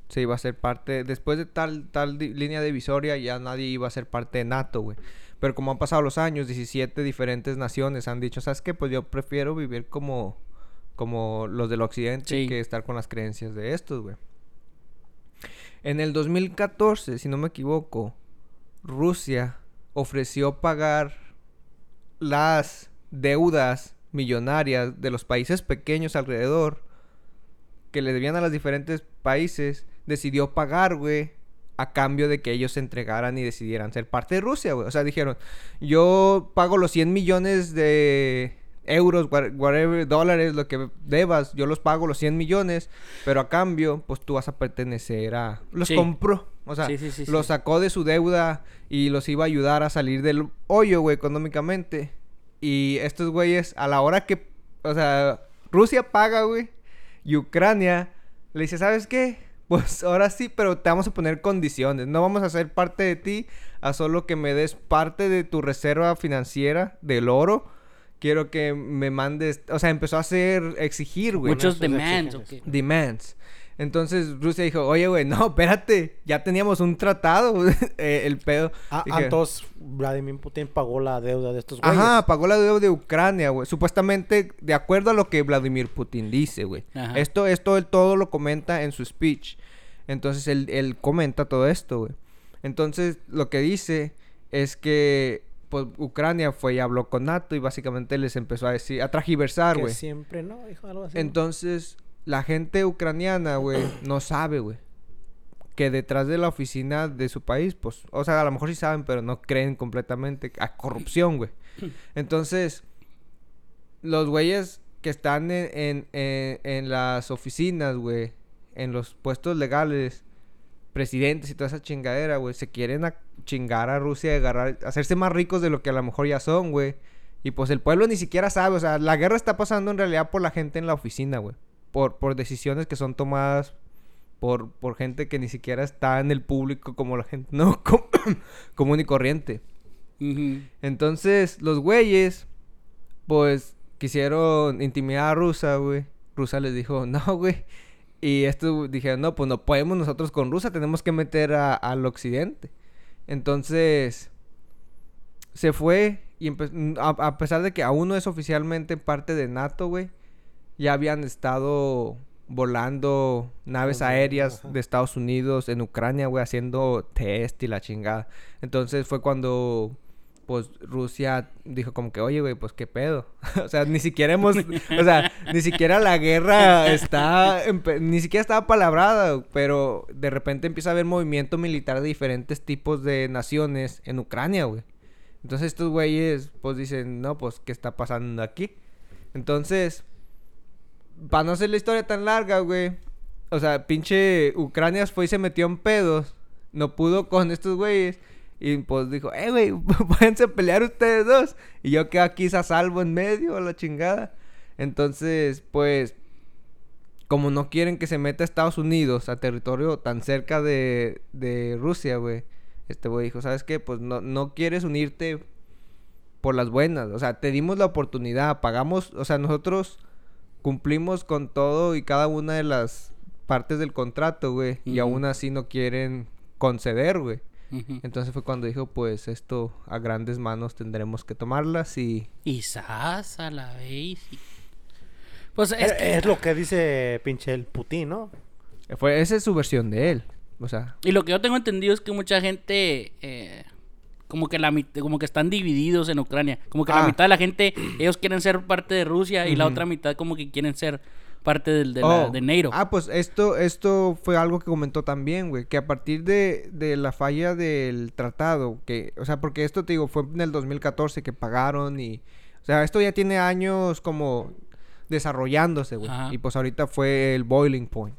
S3: se iba a ser parte. Después de tal, tal di- línea divisoria, ya nadie iba a ser parte de NATO, güey. Pero como han pasado los años, 17 diferentes naciones han dicho, ¿sabes qué? Pues yo prefiero vivir como, como los del occidente
S1: Sí.
S3: que estar con las creencias de estos, güey. En el 2014, si no me equivoco, Rusia ofreció pagar las deudas millonarias de los países pequeños alrededor que le debían a los diferentes países, decidió pagar, güey, a cambio de que ellos se entregaran y decidieran ser parte de Rusia, güey. O sea, dijeron, yo pago los 100 millones de euros, wha- whatever, dólares, lo que debas, yo los pago los 100 millones, pero a cambio, pues tú vas a pertenecer a... Los
S1: Sí.
S3: compró, o sea,
S1: Sí, sí, sí,
S3: los
S1: sí.
S3: sacó de su deuda y los iba a ayudar a salir del hoyo, güey, económicamente. Y estos güeyes, a la hora que, o sea, Rusia paga, güey, y Ucrania le dice, ¿sabes qué? Pues ahora sí, pero te vamos a poner condiciones. No vamos a ser parte de ti, a solo que me des parte de tu reserva financiera del oro. Quiero que me mandes, o sea, empezó a hacer, exigir, güey.
S1: Muchos
S5: Bueno, eso es
S1: demands, ok.
S5: exigencia.
S3: Demands. Entonces Rusia dijo, oye, güey, no, espérate, ya teníamos un tratado, eh, el pedo.
S2: Ah,
S3: Dije,
S2: entonces Vladimir Putin pagó la deuda de estos güeyes.
S3: Ajá, pagó la deuda de Ucrania, güey. Supuestamente, de acuerdo a lo que Vladimir Putin dice, güey.
S1: Ajá.
S3: Esto, esto él todo lo comenta en su speech. Entonces, él, él comenta todo esto, güey. Entonces, lo que dice es que pues, Ucrania fue y habló con NATO y básicamente les empezó a decir, a tragiversar,
S2: Que
S3: güey.
S2: siempre no, dijo algo así. ¿no?
S3: Entonces, la gente ucraniana, güey, no sabe, güey. Que detrás de la oficina de su país, pues, o sea, a lo mejor sí saben, pero no creen completamente a corrupción, güey. Entonces, los güeyes que están en, en- en- en las oficinas, güey, en los puestos legales, presidentes y toda esa chingadera, güey, se quieren a chingar a Rusia y agarrar, hacerse más ricos de lo que a lo mejor ya son, güey. Y pues el pueblo ni siquiera sabe, o sea, la guerra está pasando en realidad por la gente en la oficina, güey. Por, por decisiones que son tomadas por, por gente que ni siquiera está en el público como la gente, no, Com- común y corriente.
S1: Ujú.
S3: Entonces, los güeyes, pues, quisieron intimidar a Rusa, güey. Rusa les dijo, no, güey. Y estos dijeron, no, pues no podemos nosotros con Rusia, tenemos que meter a- al occidente. Entonces, se fue y empe- a, a pesar de que aún no es oficialmente parte de NATO, güey, ya habían estado volando naves
S2: Ajá,
S3: aéreas
S2: ajá.
S3: de Estados Unidos en Ucrania, güey, haciendo test y la chingada. Entonces fue cuando pues Rusia dijo como que, "Oye, güey, pues qué pedo." o sea, ni siquiera hemos, o sea, ni siquiera la guerra está empe- ni siquiera estaba palabrada, pero de repente empieza a haber movimiento militar de diferentes tipos de naciones en Ucrania, güey. Entonces estos güeyes pues dicen, no, pues, ¿qué está pasando aquí? Entonces, para no hacer la historia tan larga, güey. O sea, pinche Ucrania fue y se metió en pedos. No pudo con estos güeyes. Y pues dijo, eh, güey, váyanse a pelear ustedes dos. Y yo quedo aquí a salvo en medio, a la chingada. Entonces, pues, como no quieren que se meta a Estados Unidos, a territorio tan cerca de, de Rusia, güey. Este güey dijo, ¿sabes qué? Pues no, no quieres unirte por las buenas. O sea, te dimos la oportunidad, pagamos, o sea, nosotros cumplimos con todo y cada una de las partes del contrato, güey. Y
S1: Ujú.
S3: aún así no quieren conceder, güey.
S1: Ujú.
S3: Entonces fue cuando dijo, pues esto a grandes manos tendremos que tomarlas y...
S1: Quizás a la vez. y- Pues
S2: Pero
S1: es
S2: es,
S1: que-
S2: lo que dice pinche el Putin, ¿no?
S3: Fue, esa es su versión de él. O sea,
S1: Y lo que yo tengo entendido es que mucha gente. eh, como que, la, mit- como que están divididos en Ucrania. Como que la
S3: Ah.
S1: mitad de la gente, ellos quieren ser parte de Rusia y la otra mitad como que quieren ser parte del, de, la-
S3: Oh.
S1: de Neiro.
S3: Ah, pues esto, esto fue algo que comentó también, güey. Que a partir de, de la falla del tratado, que, o sea, porque esto te digo, fue en el 2014 que pagaron y. O sea, esto ya tiene años como desarrollándose, güey.
S1: Ajá.
S3: Y pues ahorita fue el boiling point.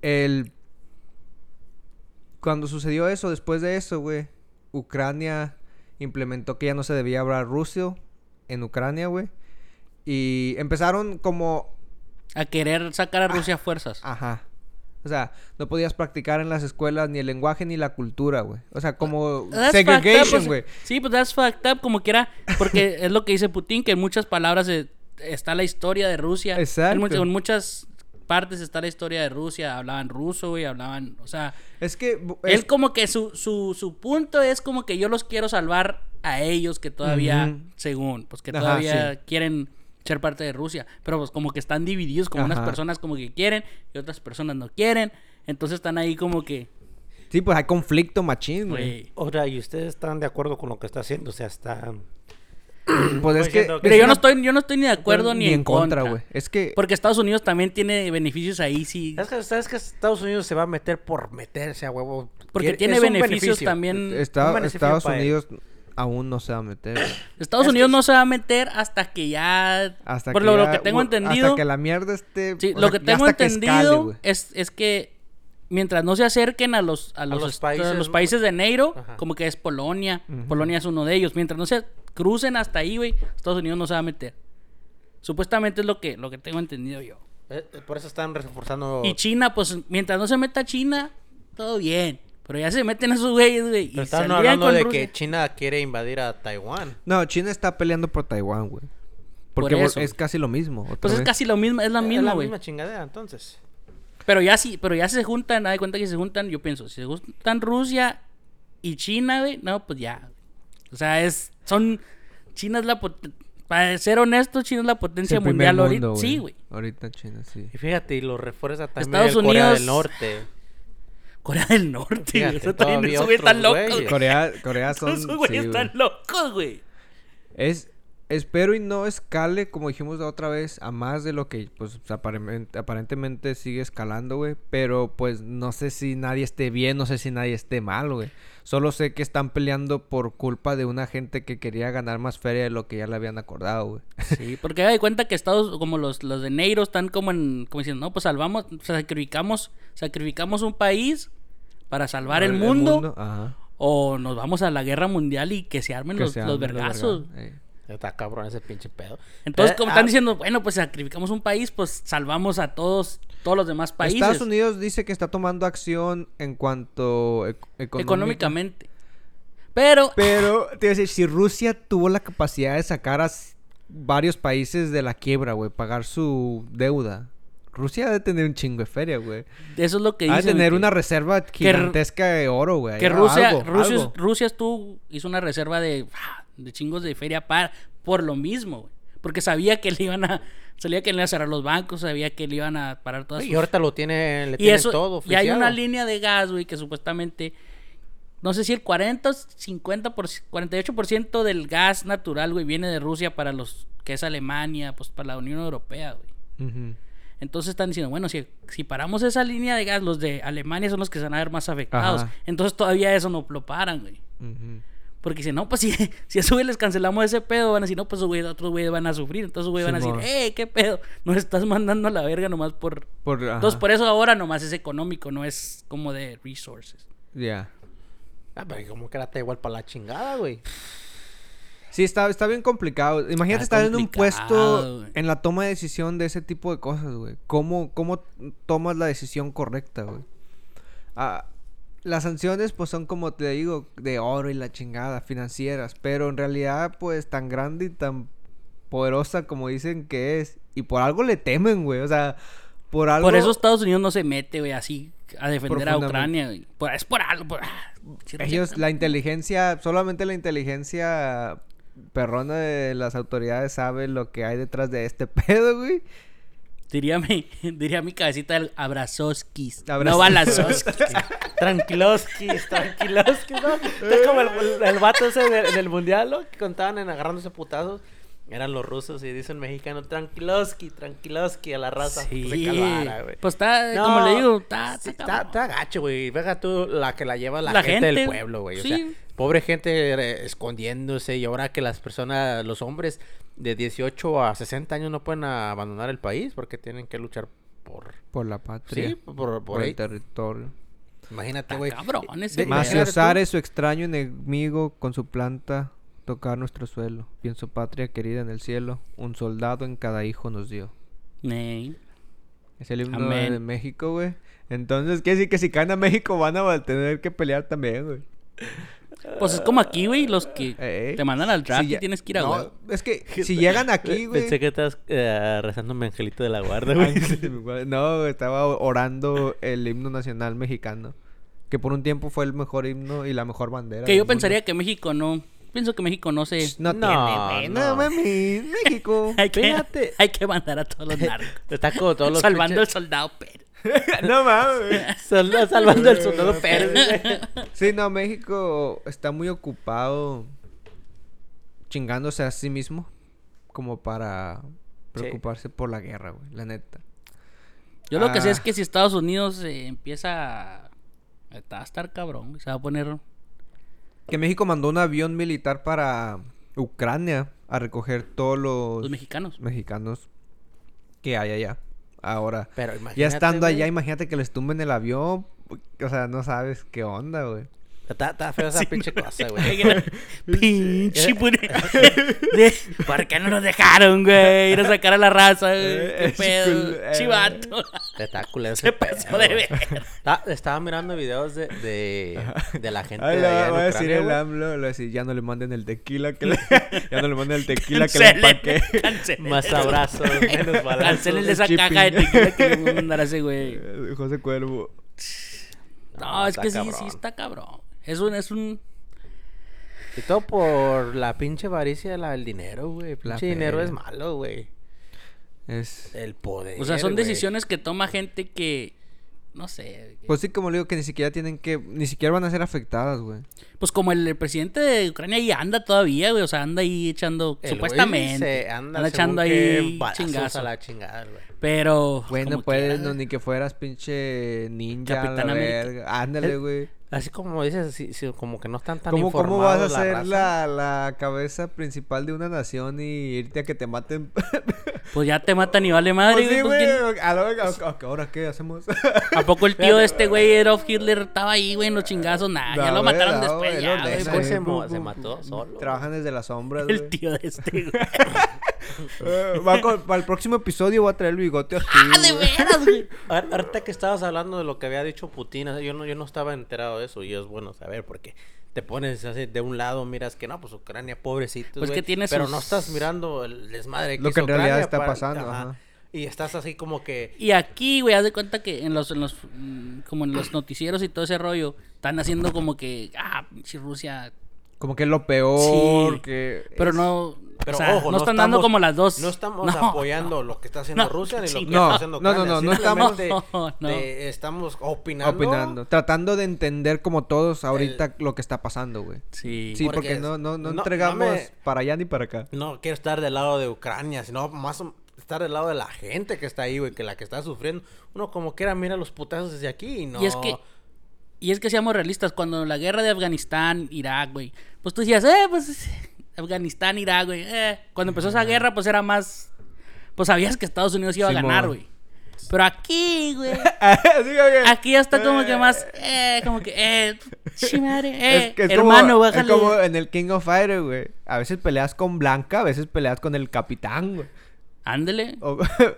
S3: El. Cuando sucedió eso, después de eso, güey, Ucrania implementó que ya no se debía hablar ruso en Ucrania, güey. Y empezaron como
S1: A querer sacar
S3: Ah.
S1: a Rusia a fuerzas.
S3: Ajá. O sea, no podías practicar en las escuelas ni el lenguaje ni la cultura, güey. O sea, como
S1: That's fucked up,
S3: segregation,
S1: pues,
S3: güey.
S1: Sí, pues that's fucked up, como quiera. Porque es lo que dice Putin, que en muchas palabras eh, está la historia de Rusia. En,
S3: Exacto.
S1: much- en muchas partes está la historia de Rusia. Hablaban ruso, güey, hablaban. O sea,
S3: Es que bu-
S1: él
S3: es-
S1: como que su, su, su punto es como que yo los quiero salvar a ellos que todavía,
S3: Ujú.
S1: según, pues que
S3: Ajá,
S1: todavía
S3: sí.
S1: quieren ser parte de Rusia. Pero pues como que están divididos, como unas
S3: Ajá.
S1: personas como que quieren y otras personas no quieren. Entonces están ahí como que,
S3: sí, pues hay conflicto machín, güey.
S1: güey.
S2: Ahora, ¿y ustedes están de acuerdo con lo que está haciendo? O sea, están...
S3: Pues es
S2: Estoy
S3: que
S2: diciendo que-
S1: Mira,
S3: es
S1: yo
S3: una-
S1: no estoy, yo no estoy ni de acuerdo ni, en contra,
S3: güey. Es que
S1: Porque Estados Unidos también tiene beneficios ahí, sí.
S5: Es que, ¿sabes que Estados Unidos se va a meter por meterse a huevo?
S1: Porque
S5: Quiere-
S1: tiene
S5: es un
S1: beneficios
S5: beneficio.
S1: también.
S3: Esta-
S5: un beneficio
S3: Estados
S5: para él.
S3: Unidos aún no se va a meter. güey.
S1: Estados Unidos no se va a meter hasta que ya.
S3: Hasta
S1: por
S3: que
S1: lo, lo
S3: ya-
S1: que tengo
S3: u-
S1: entendido.
S3: Hasta que la mierda esté.
S1: Sí,
S3: o
S1: lo
S3: sea,
S1: que tengo
S3: hasta escale,
S1: entendido
S3: güey.
S1: es, es que mientras no se acerquen a los, a los,
S5: los
S1: est-
S5: países,
S1: a los
S5: ¿no?
S1: países de negro,
S5: Ajá.
S1: como que es Polonia,
S3: Ujú.
S1: Polonia es uno de ellos, mientras no se crucen hasta ahí, güey, Estados Unidos no se va a meter. Supuestamente es lo que, lo que tengo entendido yo.
S2: Eh, eh, Por eso están reforzando.
S1: Y China, pues mientras no se meta China, todo bien. Pero ya se meten esos güeyes, güey. Y
S2: Pero estaban
S1: salían
S2: hablando
S1: con
S2: de
S1: Rusia.
S2: que China quiere invadir a Taiwán.
S3: No, China está peleando por Taiwán, güey. Porque
S1: Por
S3: vol-
S1: eso.
S3: es casi lo mismo. otra
S1: Pues es
S3: vez.
S1: casi lo mismo, es la
S2: es
S1: misma,
S2: la
S1: güey.
S2: misma chingadera, entonces.
S1: Pero ya sí, pero ya se juntan, haz de cuenta que se juntan, yo pienso, si se juntan Rusia y China, güey, no, pues ya. O sea, es, son, China es la, pot- para ser honesto, China es la
S3: Es
S1: potencia
S3: el primer
S1: mundial ahorita.
S3: mundo,
S1: Sí, güey.
S3: Ahorita China, sí.
S2: Y fíjate, y lo refuerza también
S1: Estados
S2: el Corea
S1: Unidos-
S2: del Norte.
S1: Corea del Norte, güey.
S2: Fíjate,
S1: Eso también,
S2: todavía
S1: esos güeyes están
S2: otros
S1: locos,
S2: güeyes.
S1: güey.
S3: Corea, Corea son.
S1: Esos güeyes
S3: sí, güey.
S1: están locos, güey.
S3: Es espero y no escale como dijimos la otra vez a más de lo que pues aparemen- aparentemente sigue escalando, güey, pero pues no sé si nadie esté bien, no sé si nadie esté mal, güey. Solo sé que están peleando por culpa de una gente que quería ganar más feria de lo que ya le habían acordado, güey.
S1: Sí, porque haga de cuenta que Estados, como los, los de Neiro, están como en, como diciendo, no, pues salvamos, sacrificamos, sacrificamos un país para salvar el, mundo,
S3: ajá,
S1: o nos vamos a la guerra mundial y que se armen
S3: que
S1: los,
S3: se
S1: los
S3: armen
S1: vergazos.
S3: verga- eh.
S2: Está cabrón ese pinche pedo.
S1: Entonces,
S2: Eh,
S1: como
S2: ah,
S1: están diciendo, bueno, pues sacrificamos un país, pues salvamos a todos, todos los demás países
S3: Estados Unidos dice que está tomando acción en cuanto ec- económica.
S1: económicamente. Pero,
S3: Pero, te iba a decir, si Rusia tuvo la capacidad de sacar a s- varios países de la quiebra, güey, pagar su deuda. Rusia debe tener un chingo de feria, güey.
S1: eso es lo que
S3: Ha
S1: dicen.
S3: de tener
S1: que-
S3: una reserva gigantesca de oro, güey.
S1: Que
S3: Ah,
S1: Rusia,
S3: algo,
S1: Rusia,
S3: algo.
S1: Rusia estuvo, hizo una reserva de, ah, de chingos de feria para, por lo mismo, güey. Porque sabía que le iban a, sabía que le iban a cerrar los bancos, sabía que le iban a parar todas
S2: Y
S1: sus-
S2: ahorita lo tiene, le
S1: pues, Y
S2: tienen
S1: eso,
S2: todo
S1: y hay una
S2: oficiado.
S1: línea de gas, güey, que supuestamente, no sé si el 40 o 50 por, 48% del gas natural, güey, viene de Rusia para los, que es Alemania, pues para la Unión Europea, güey.
S3: Ujú.
S1: Entonces están diciendo, bueno, si, si paramos esa línea de gas, los de Alemania son los que se van a ver más afectados.
S3: Ajá.
S1: Entonces todavía eso no lo paran, güey.
S3: Ujú.
S1: Porque dicen, no, pues si, si a esos güeyes les cancelamos ese pedo, van a decir, no, pues esos güeyes- otros güeyes van a sufrir. Entonces esos güeyes van a decir,
S3: Simón.
S1: eh, qué pedo, nos estás mandando a la verga nomás por...
S3: Por, ajá,
S1: Entonces por eso ahora nomás es económico, no es como de resources.
S3: Ya.
S2: Ah, pero como que era Taiwán para la chingada, güey.
S3: Sí, está, está bien complicado. Imagínate
S1: Está
S3: estar en un
S1: complicado,
S3: puesto
S1: güey.
S3: en la toma de decisión de ese tipo de cosas, güey. ¿Cómo, cómo tomas la decisión correcta, güey? Ah, las sanciones, pues, son como te digo, de oro y la chingada, financieras. Pero en realidad, pues, tan grande y tan poderosa como dicen que es. Y por algo le temen, güey. O sea, por algo...
S1: Por eso Estados Unidos no se mete, güey, así a defender a
S3: Profundamente.
S1: Ucrania, güey. Por- es por algo. por- ah, cierto,
S3: Ellos,
S1: cierto.
S3: la inteligencia, solamente la inteligencia perrona de las autoridades sabe lo que hay detrás de este pedo, güey.
S1: Diría mi, diría mi cabecita el abrazoskis.
S3: Abrazos-
S1: No balazoskis.
S2: Tranquiloskis, tranquiloskis, ¿no? Es como el, el- el vato ese de- del mundial, ¿no? Que contaban en agarrándose putazos. Eran los rusos y dicen mexicano, tranquiloski, tranquiloski a la raza.
S1: Sí.
S2: Que se calmara, pues, güey.
S1: Pues está,
S2: No,
S1: como le digo, está,
S2: sí,
S1: está
S2: está,
S1: cabrón.
S2: está gacho, güey. Venga tú la que la lleva la,
S1: La
S2: gente, del
S1: gente,
S2: pueblo, güey. O
S1: sí.
S2: sea, pobre gente eh, escondiéndose y ahora que las personas, los hombres de 18 a 60 años no pueden abandonar el país porque tienen que luchar por...
S3: Por la patria.
S2: Sí, por, por
S3: por
S2: ahí.
S3: el territorio.
S2: Imagínate,
S1: Está
S2: güey.
S1: cabrón ese
S2: De-
S1: pedo.
S3: Más
S2: imagínate tú.
S3: osare su extraño enemigo con su planta tocar nuestro suelo. Bien su patria querida en el cielo, un soldado en cada hijo nos dio.
S1: Ey.
S3: Es el himno
S1: Amén.
S3: de México, güey. Entonces, ¿qué decir? Que si caen a México van a tener que pelear también, güey.
S1: Pues es como aquí, güey, los que
S3: Eh,
S1: te mandan al draft
S3: si ya-
S1: y tienes que ir a
S3: No,
S1: huevo.
S3: Es que si llegan aquí, güey.
S2: Pensé que estabas eh, rezando mi angelito de la guarda, güey.
S3: Ángel de mi guarda. No, estaba orando el himno nacional mexicano. Que por un tiempo fue el mejor himno y la mejor bandera.
S1: Que
S3: del
S1: yo
S3: mundo.
S1: pensaría que México no. Pienso que México no se.
S3: No,
S2: No,
S3: tiene, güey. No,
S2: no.
S3: mami, México.
S1: Hay que,
S2: Fíjate.
S1: hay que mandar a todos los narcos.
S2: Está como todos los
S1: salvando
S2: pinches-
S1: al soldado Pérez.
S3: no mames.
S2: Sol- salvando el soldado Pérez. güey.
S3: Sí, no, México está muy ocupado chingándose a sí mismo como para preocuparse por la guerra, güey, la neta.
S1: Yo lo que sé
S3: Ah.
S1: es que si Estados Unidos eh, empieza a... Está a estar cabrón, güey, se va a poner...
S3: que México mandó un avión militar para Ucrania a recoger todos
S1: Los
S3: los
S1: mexicanos.
S3: mexicanos que hay allá. Ahora,
S2: Pero imagínate.
S3: ya estando
S2: güey,
S3: allá, imagínate que les tumben el avión. O sea, no sabes qué onda, güey.
S2: Está, está feo esa pinche cosa, güey.
S1: Pinche puta. De- ¿Por qué no nos dejaron, güey? Ir a sacar a la raza, güey. Qué
S3: Eh, cul-
S1: pedo.
S3: eh.
S1: Chivato.
S2: Está culero ese
S1: Se
S2: pedo,
S1: pasó de
S2: güey.
S1: ver.
S2: Está- estaba mirando videos de, de, de la gente
S3: Ay,
S2: de
S3: le
S2: allá en
S3: voy a decir
S2: Ucrania,
S3: el
S2: güey.
S3: AMLO, le voy a decir, ya no le manden el tequila que le... ya no le manden el tequila que le
S1: Cancelen.
S3: empaqué.
S1: cancelen.
S2: Más abrazos, menos balazos.
S1: Cancelen esa
S3: el
S1: caja de
S3: shipping.
S1: tequila que le voy a mandar a ese güey.
S3: Eh, José Cuervo.
S1: No,
S3: Ah,
S1: es
S2: está
S1: que sí, sí
S2: cabrón.
S1: está cabrón. Es un, es un.
S2: Y todo por la pinche avaricia de la del dinero, güey. Pinche
S3: feria.
S2: dinero es malo, güey.
S3: Es...
S2: El poder.
S1: O sea, son
S2: güey.
S1: decisiones que toma gente que. No sé. Pues,
S3: Pues sí, como le digo, que ni siquiera tienen que... Ni siquiera van a ser afectadas, güey.
S1: pues como el, el presidente de Ucrania ahí anda todavía, güey. O sea, anda ahí echando.
S2: El güey
S1: supuestamente.
S2: se
S1: anda
S2: anda
S1: echando ahí
S2: chingadas
S1: chingazo.
S2: a la chingada, güey.
S1: Pero.
S3: Bueno,
S1: como
S3: pues,
S1: quiera,
S3: no, ni que fueras pinche ninja,
S1: Capitán
S3: la
S1: América.
S3: verga. Ándale,
S2: El-
S3: güey.
S2: Así como dices, sí- sí, como que no están tan
S3: ¿Cómo,
S2: informados
S3: ¿Cómo vas a
S2: la
S3: ser
S2: raza.
S3: la, la cabeza principal de una nación y irte a que te maten?
S1: Pues ya te matan y vale madre,
S3: Pues sí,
S1: güey. pues, ¿quién-
S3: güey, a la verga, ok, ¿Ahora qué hacemos?
S1: ¿A poco el tío de este güey, Adolf Hitler, estaba ahí, güey, en los chingazos? Nah, ya
S3: No,
S1: lo
S3: güey,
S1: mataron
S3: no,
S1: después,
S3: güey,
S1: ya,
S3: lo
S1: güey,
S3: dejan.
S1: pues,
S2: Después se, mo-
S3: Bu-
S2: se
S3: bu-
S2: mató solo.
S3: Trabajan desde las sombras,
S1: El
S3: güey.
S1: tío de este, güey.
S3: Eh, va con- para el próximo episodio voy a traer el bigote así,
S1: ¡Ah, de
S3: güey.
S1: veras, güey!
S2: Ahor- Ahorita que estabas hablando de lo que había dicho Putin, o sea, yo no, yo no estaba enterado de eso y es bueno saber porque te pones así de un lado, miras que no, pues Ucrania, pobrecito.
S1: Pues que tiene
S2: Pero
S1: sus-
S2: no estás mirando el desmadre que
S3: Lo
S2: hizo
S3: que en realidad
S2: Ucrania
S3: está
S2: para-
S3: pasando, ajá.
S2: Y estás así como que...
S1: Y aquí, güey, haz de cuenta que en los, en los, mm, como en los noticieros y todo ese rollo, están haciendo como que, ah, pinche Rusia.
S3: Como que es lo peor
S1: Sí,
S3: que...
S1: Pero no,
S2: Pero
S1: o sea,
S2: ojo,
S1: no están dando
S2: estamos-
S1: como las dos.
S2: No estamos
S1: No,
S2: apoyando lo que está haciendo
S1: no,
S2: Rusia ni lo que
S1: chinga.
S3: No,
S2: está haciendo
S3: no, no,
S2: Ucrania.
S3: no, no estamos-
S2: simplemente
S1: No, no.
S2: te- estamos opinando.
S3: Opinando. Tratando de entender como todos ahorita lo que está pasando, güey.
S1: Sí.
S3: Sí, porque,
S2: Porque es-
S3: no, no, no,
S2: no, no
S3: entregamos
S2: me-
S3: para allá ni para acá.
S2: No quiero estar del lado de Ucrania, sino más o- estar del lado de la gente que está ahí, güey, que la que está sufriendo. Uno como quiera mira los putazos desde aquí y no.
S1: Y es que, y es que seamos realistas, cuando la guerra de Afganistán, Irak, güey, pues tú decías, eh, pues Afganistán, Irak, güey, eh. Cuando empezó esa guerra, pues era más, pues sabías que Estados Unidos iba a
S3: Simón.
S1: ganar, güey. Pero aquí, güey,
S3: Así que-
S1: aquí ya está como que más, eh, como que, eh, sí, madre, eh,
S3: Es que es
S1: hermano,
S3: como,
S1: bájale.
S3: Es como en el King of Fire, güey. A veces peleas con Blanca, a veces peleas con el capitán, güey.
S1: Ándele.
S3: O-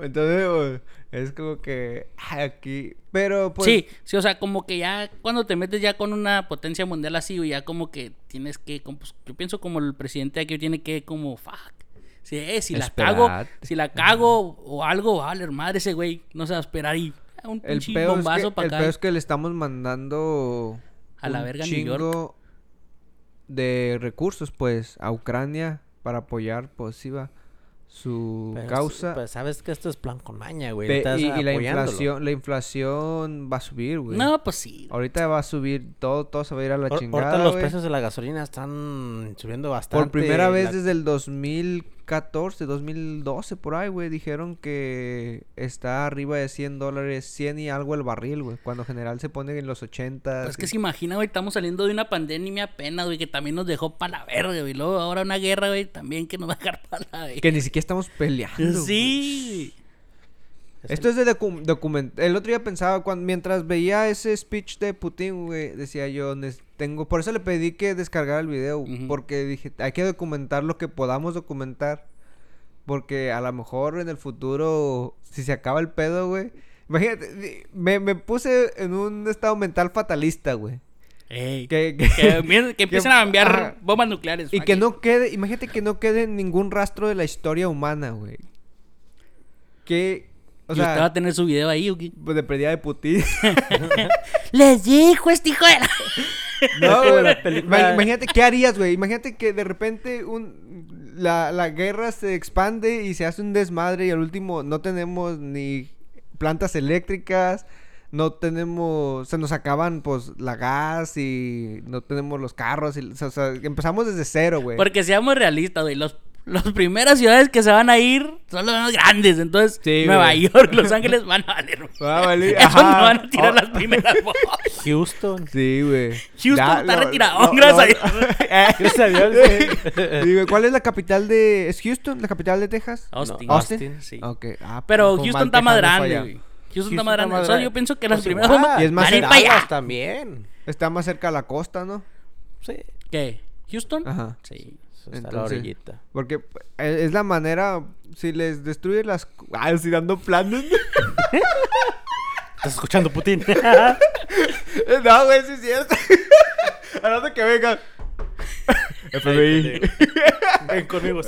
S3: Entonces, pues, es como que ay, aquí. Pero pues.
S1: sí, sí, o sea, como que ya cuando te metes ya con una potencia mundial así, güey, ya como que tienes que, como, pues, yo pienso como el presidente aquí tiene que como, fuck, sí, eh, si la cago,
S3: Esperarte.
S1: si la cago o algo, va a valer madre ese güey, no se va a esperar y ah, un
S3: El
S1: pinche
S3: peor, es
S1: bombazo
S3: que,
S1: para
S3: el
S1: acá.
S3: peor es que le estamos mandando.
S1: A la
S3: un
S1: verga New York.
S3: chingo de recursos, pues, a Ucrania para apoyar, pues, sí, va, su
S2: Pero
S3: causa.
S2: sí, Pues sabes que esto es plan con maña, güey.
S3: Pe-
S2: estás
S3: y, y la
S2: apoyándolo.
S3: inflación, la inflación va a subir, güey.
S1: No, pues sí.
S3: Ahorita va a subir todo, todo se va a ir a la
S2: Ahor-
S3: chingada.
S2: Ahorita los
S3: güey.
S2: precios de la gasolina están subiendo bastante.
S3: Por primera vez
S2: La-
S3: desde el 2014, 2012, por ahí, güey, dijeron que está arriba de 100 dólares, 100 y algo el barril, güey. Cuando general se pone en los 80.
S1: Pero pues es que se
S3: sí.
S1: imagina, güey, estamos saliendo de una pandemia apenas, güey, que también nos dejó para la verga, güey. Luego ahora una guerra, güey, también que nos va a dejar para la verga.
S3: Que ni siquiera estamos peleando.
S1: Sí.
S3: Esto es de documental. El otro día pensaba, cuando, mientras veía ese speech de Putin, güey, decía yo, "Nes- tengo... Por eso le pedí que descargara el video,
S1: Ujú.
S3: porque dije, hay que documentar lo que podamos documentar. Porque a lo mejor en el futuro, si se acaba el pedo, güey... Imagínate, di- me, me puse en un estado mental fatalista, güey.
S1: Ey.
S3: Que,
S1: Que,
S3: que-
S1: empiecen- que empiecen a enviar
S3: Ajá.
S1: bombas nucleares.
S3: y
S1: fuck
S3: que
S1: it.
S3: no quede, imagínate que no quede ningún rastro de la historia humana, güey. Que...
S1: y
S3: O
S1: usted va
S3: sea,
S1: a tener su video ahí, ¿o qué?
S3: pues, de pérdida de Putin.
S1: Les dijo este hijo de la...
S3: No,
S2: como
S3: güey.
S2: la película-
S3: Ima- Imagínate, ¿qué harías, güey? Imagínate que de repente un, la, la guerra se expande y se hace un desmadre y al último no tenemos ni plantas eléctricas, no tenemos, se nos acaban pues la gas y no tenemos los carros, y, o sea, empezamos desde cero, güey.
S1: Porque seamos realistas, güey. Los, las primeras ciudades que se van a ir son las más grandes. Entonces,
S3: Sí,
S1: Nueva
S3: güey.
S1: York, Los Ángeles van a valer.
S3: Va a valer,
S1: Esos
S3: ajá.
S1: no van a tirar
S3: Oh.
S1: las primeras bombas.
S2: Houston.
S3: Sí, güey.
S1: Houston
S3: Ya,
S1: está
S3: lo-
S1: retirado, Ah,
S3: lo-
S1: gracias
S3: lo-
S1: a Dios.
S3: Eh,
S2: Gracias a Dios, güey.
S3: sí, güey, ¿Cuál es la capital de. ¿Es Houston la capital de Texas?
S1: Austin.
S3: No, Austin.
S1: sí.
S3: Ok. Ah,
S1: Pero
S3: pues, pues,
S1: Houston
S3: mal
S1: está más
S3: Texas no fue
S1: grande,
S3: allá.
S1: güey. Houston está
S2: Houston
S1: más
S2: está
S1: grande.
S2: más
S1: Entonces,
S2: grande.
S1: yo pienso que
S2: Pues
S1: las primeras
S2: igual.
S1: bombas
S3: Y es más
S1: van a ir
S3: en
S1: para
S2: Dallas
S1: allá.
S2: también.
S3: Está más cerca a la costa, ¿no?
S2: Sí.
S1: ¿Qué? ¿Houston?
S3: Ajá.
S1: Sí.
S2: Eso está a la
S3: Entonces,
S2: orillita.
S3: porque eh, es la manera. Si les destruye las. Ah, si dando planes.
S2: ¿Estás escuchando, Putin?
S3: no, güey, sí es cierto. A la hora que venga. FBI.
S2: Ven conmigo.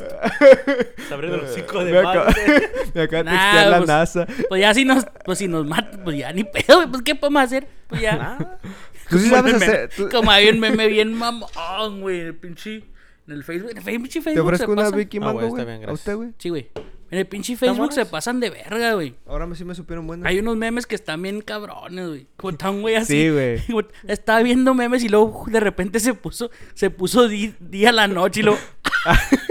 S2: Sabré de los cinco
S3: Me
S2: de
S3: acaba,
S2: madre.
S3: me acaba de
S1: Nah,
S3: textear la
S1: pues-
S3: NASA.
S1: Pues ya si nos, pues si nos matan, pues ya ni pedo, güey. Pues qué podemos hacer. Pues ya.
S2: Ah,
S3: Tú sí
S1: Como
S3: sabes
S1: el meme-
S3: hacer. tú-
S1: Como había un meme bien mamón, güey. el Pinche. En el Facebook. En el pinche Facebook.
S3: Te ofrezco
S1: se
S3: una
S1: pasan-
S3: Vicky
S2: Ah,
S3: Mango,
S2: güey, está
S3: güey.
S2: bien,
S3: a
S2: gracias.
S3: usted, güey.
S1: Sí, güey. En el pinche Facebook se pasan de verga, güey.
S3: Ahora sí me supieron buenas.
S1: Hay unos memes que están bien cabrones, güey. Como está un güey así.
S3: Sí, güey.
S1: como- Estaba viendo memes y luego de repente se puso, se puso di- día a la noche y "Ah, luego.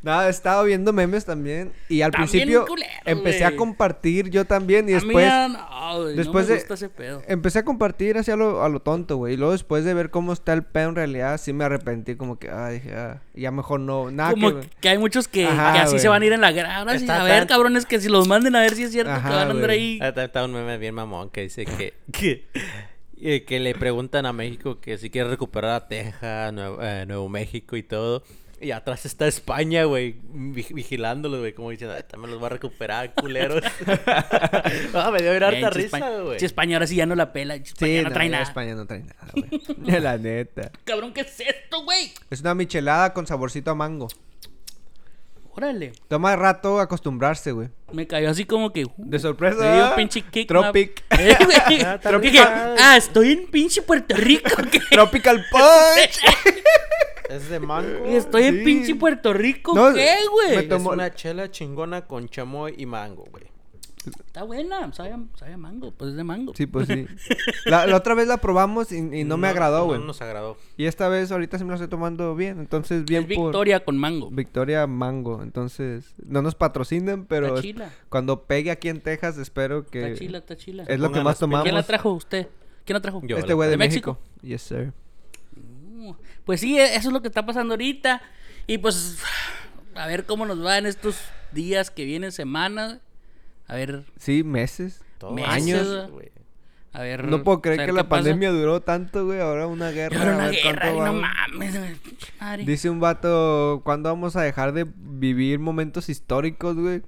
S3: Nada, estaba viendo memes también. Y al
S1: También
S3: principio
S1: culero,
S3: empecé
S1: güey.
S3: a compartir yo también. Y
S1: A mí
S3: después
S1: ya no, güey,
S3: después
S1: no me
S3: de- eh,
S1: gusta ese pedo.
S3: empecé a compartir así a lo, a lo tonto, güey. Y luego después de ver cómo está el pedo en realidad, sí me arrepentí. Como que, ah, dije, ah, ya mejor no. Nada que
S1: Como
S3: ver.
S1: que hay muchos que,
S3: Ajá,
S1: que así se
S3: güey.
S1: van a ir en la gra- Ahora sí,
S2: Está
S1: a ver,
S2: tan-
S1: cabrones, que si los manden a ver si es cierto
S3: Ajá,
S1: que van a andar
S3: güey.
S1: ahí.
S2: Ah, Está, está un meme bien mamón que dice que, que, eh, que le preguntan a México que si quiere recuperar a Texas, Nuevo, eh, Nuevo México y todo. Y atrás está España, güey, vi- vigilándolos, güey, como diciendo, "Ah, también los va a recuperar, culeros. ah, me dio bien harta
S1: Eh, che,
S2: risa,
S1: España-
S2: güey.
S1: che, España ahora sí ya no la pela. che, España no, trae
S3: ya
S1: nada.
S3: España no trae nada, güey. la neta.
S1: Cabrón, ¿qué es esto, güey?
S3: Es una michelada con saborcito a mango.
S1: Órale.
S3: Toma rato acostumbrarse, güey.
S1: Me cayó así como que. uh,
S3: De sorpresa.
S1: Me dio un pinche kick.
S3: Tropic.
S1: ma- Eh, güey.
S2: Ah, está
S1: Dije,
S2: rica.
S1: ah, estoy en pinche Puerto Rico. ¿qué?
S3: Tropical Punch.
S2: Es de mango.
S1: Y Estoy en
S3: Sí.
S1: pinche Puerto Rico.
S3: No,
S1: ¿Qué,
S3: me
S1: güey?
S3: to-
S2: Es
S3: Tomo-
S2: una chela chingona con chamoy y mango, güey.
S1: Está buena. Sabe, a- sabe a mango. Pues es de mango.
S3: Sí, pues sí. La, la otra vez la probamos y, y no, me agradó, güey.
S2: No nos agradó.
S3: Y esta vez ahorita sí me la estoy tomando bien. Entonces, bien
S1: es
S3: por
S1: Victoria con mango.
S3: Victoria Mango. Entonces, no nos patrocinan, pero
S1: Está
S3: es-
S1: chila.
S3: cuando pegue aquí en Texas, espero que
S1: Está chila, está chila.
S3: es lo que
S2: Pongan
S3: más
S2: las pilas.
S3: tomamos.
S1: ¿Quién la trajo usted? ¿Quién la trajo?
S2: Yo.
S3: Este güey de,
S1: ¿De
S3: México?
S1: México?
S3: Yes, sir.
S1: Uh, Pues sí, e- eso es lo que está pasando ahorita. Y pues, a ver cómo nos va en estos días que vienen, semanas. A ver,
S3: Sí, meses.
S2: Todo.
S1: Meses,
S3: Años.
S2: güey.
S1: a ver.
S3: No puedo creer
S1: a ver
S3: que
S1: qué
S3: la
S1: pasa.
S3: pandemia duró tanto, güey. Ahora una
S1: Y
S3: guerra.
S1: ahora
S3: a
S1: una
S3: ver
S1: guerra,
S3: cuánto
S1: y no
S3: va.
S1: mames, güey, pinche madre.
S3: Dice un vato, ¿cuándo vamos a dejar de vivir momentos históricos, güey?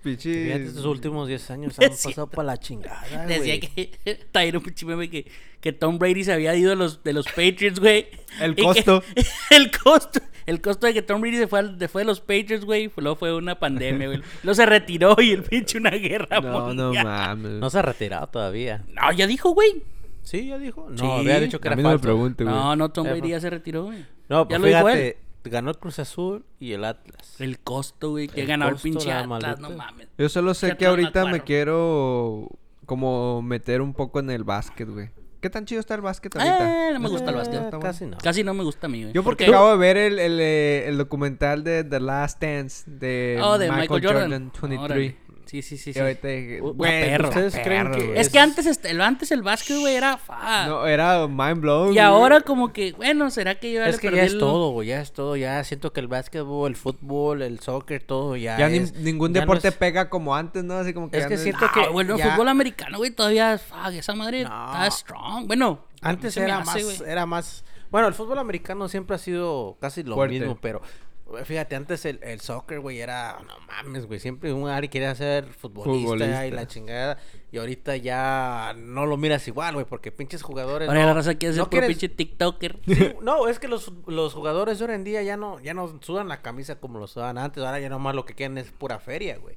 S2: Fíjate,
S3: Pichi.
S2: estos últimos 10 años han
S1: Es cierto.
S2: pasado para la chingada,
S1: Decía
S2: güey.
S1: que está ahí un pinche meme que, que Tom Brady se había ido de los, de los Patriots, güey.
S3: El
S1: Y que-
S3: costo.
S1: el costo. El costo de que Tom Brady se fue, al- se fue de los Patriots, güey. Luego fue una pandemia, güey. Luego se retiró y el pinche una guerra.
S3: No, no
S1: mundial.
S3: mames.
S2: No se ha retirado todavía.
S1: No, ya dijo, güey.
S2: Sí, ya dijo. No,
S1: Sí.
S2: había dicho que
S3: a
S2: era
S3: mí no me
S2: falso.
S3: pregunte, güey.
S1: No, no, Tom Brady
S2: Epa.
S1: ya se retiró, güey.
S2: No,
S1: ya
S2: pues
S1: lo dijo él.
S2: fíjate, ganó el Cruz Azul y el Atlas.
S1: El costo, güey, que
S2: El
S1: ganó el
S2: costo,
S1: pinche
S2: la
S1: Atlas,
S2: maldita.
S1: no mames.
S3: Yo solo sé
S1: Ya
S3: que
S1: todo me
S3: ahorita me
S1: acuerdo.
S3: quiero como meter un poco en el básquet, güey. ¿Qué tan chido está el básquet ahorita?
S1: Eh, no me gusta el
S2: Eh,
S1: básquet.
S3: bueno.
S2: Casi no.
S1: Casi no me gusta a mí, güey.
S3: Yo porque
S1: ¿Por qué?
S3: acabo de ver el, el, eh, el documental de The Last Dance de,
S1: Oh, de Michael, Jordan.
S3: 23.
S1: Órale. Sí, sí, sí.
S3: Y
S1: sí.
S3: ahorita dije,
S1: Uh,
S3: güey,
S1: está perro.
S3: pues,
S2: ¿Ustedes creen
S3: perro,
S2: que
S3: güey.
S1: Es que antes, este, el, antes el básquet, güey, era fa.
S3: No, era mind blown.
S1: y ahora como que, bueno, ¿será que yo ya
S2: Es
S1: le
S2: que
S1: perdí
S2: ya es
S1: el-
S2: todo, güey, ya es todo, ya siento que el básquetbol, el fútbol, el soccer, todo ya
S3: Ya ni-
S2: es-
S3: ningún
S2: ya no
S3: deporte
S2: es-
S3: pega como antes, ¿no? Así como que
S2: Es
S3: ya
S2: que
S3: no
S2: siento
S1: No,
S2: que
S1: güey, Ah, el
S2: ya-
S1: fútbol americano, güey, todavía fa, Esa madre
S2: No.
S1: está strong. Bueno,
S2: Antes
S1: se me
S2: era
S1: hace,
S2: más, eh,
S1: güey.
S2: era más. Bueno, el fútbol americano siempre ha sido casi lo
S3: Fuerte.
S2: mismo, pero güey, fíjate, antes el, el soccer, güey, era, no mames, güey, siempre un Ari quería ser futbolista,
S3: Futbolista.
S2: y la chingada, y ahorita ya no lo miras igual, güey, porque pinches jugadores.
S1: Ahora
S2: no,
S1: la raza quiere ser
S2: no
S1: puro
S2: quieren-
S1: pinche TikToker.
S2: Sí, no, es que los, los jugadores de hoy en día ya no, ya no sudan la camisa como lo sudaban antes. Ahora ya nomás lo que quieren es pura feria, güey.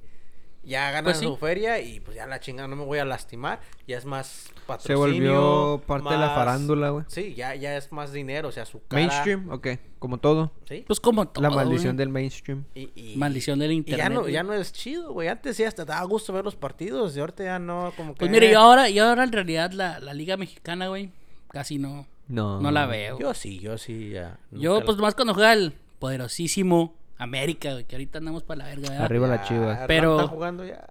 S2: Ya ganan
S1: Pues sí.
S2: su feria y pues ya la chingada no me voy a lastimar. Ya es más
S3: Se
S2: patrocinio.
S3: volvió parte de la
S2: más-
S3: farándula, güey.
S2: Sí, ya, ya es más dinero, o sea, su cara.
S3: Mainstream, ok, como todo.
S2: Sí.
S1: Pues como todo,
S3: La maldición
S1: güey.
S3: del mainstream.
S2: Y, y-
S1: Maldición del
S2: y
S1: internet,
S2: ya no,
S1: güey.
S2: ya no es chido, güey. Antes sí hasta daba gusto ver los partidos y ahorita ya no, como que. eh,
S1: Pues mire, yo ahora, yo ahora en realidad la, la liga mexicana, güey, casi no,
S3: No.
S1: no la veo.
S3: Ah.
S2: Yo sí, yo sí, ya.
S1: Yo,
S2: Nunca
S1: pues más cuando juega el, pues, poderosísimo América, güey, que ahorita andamos para la verga, ¿verdad?
S3: Arriba la chiva.
S1: Pero-
S2: Está jugando ya.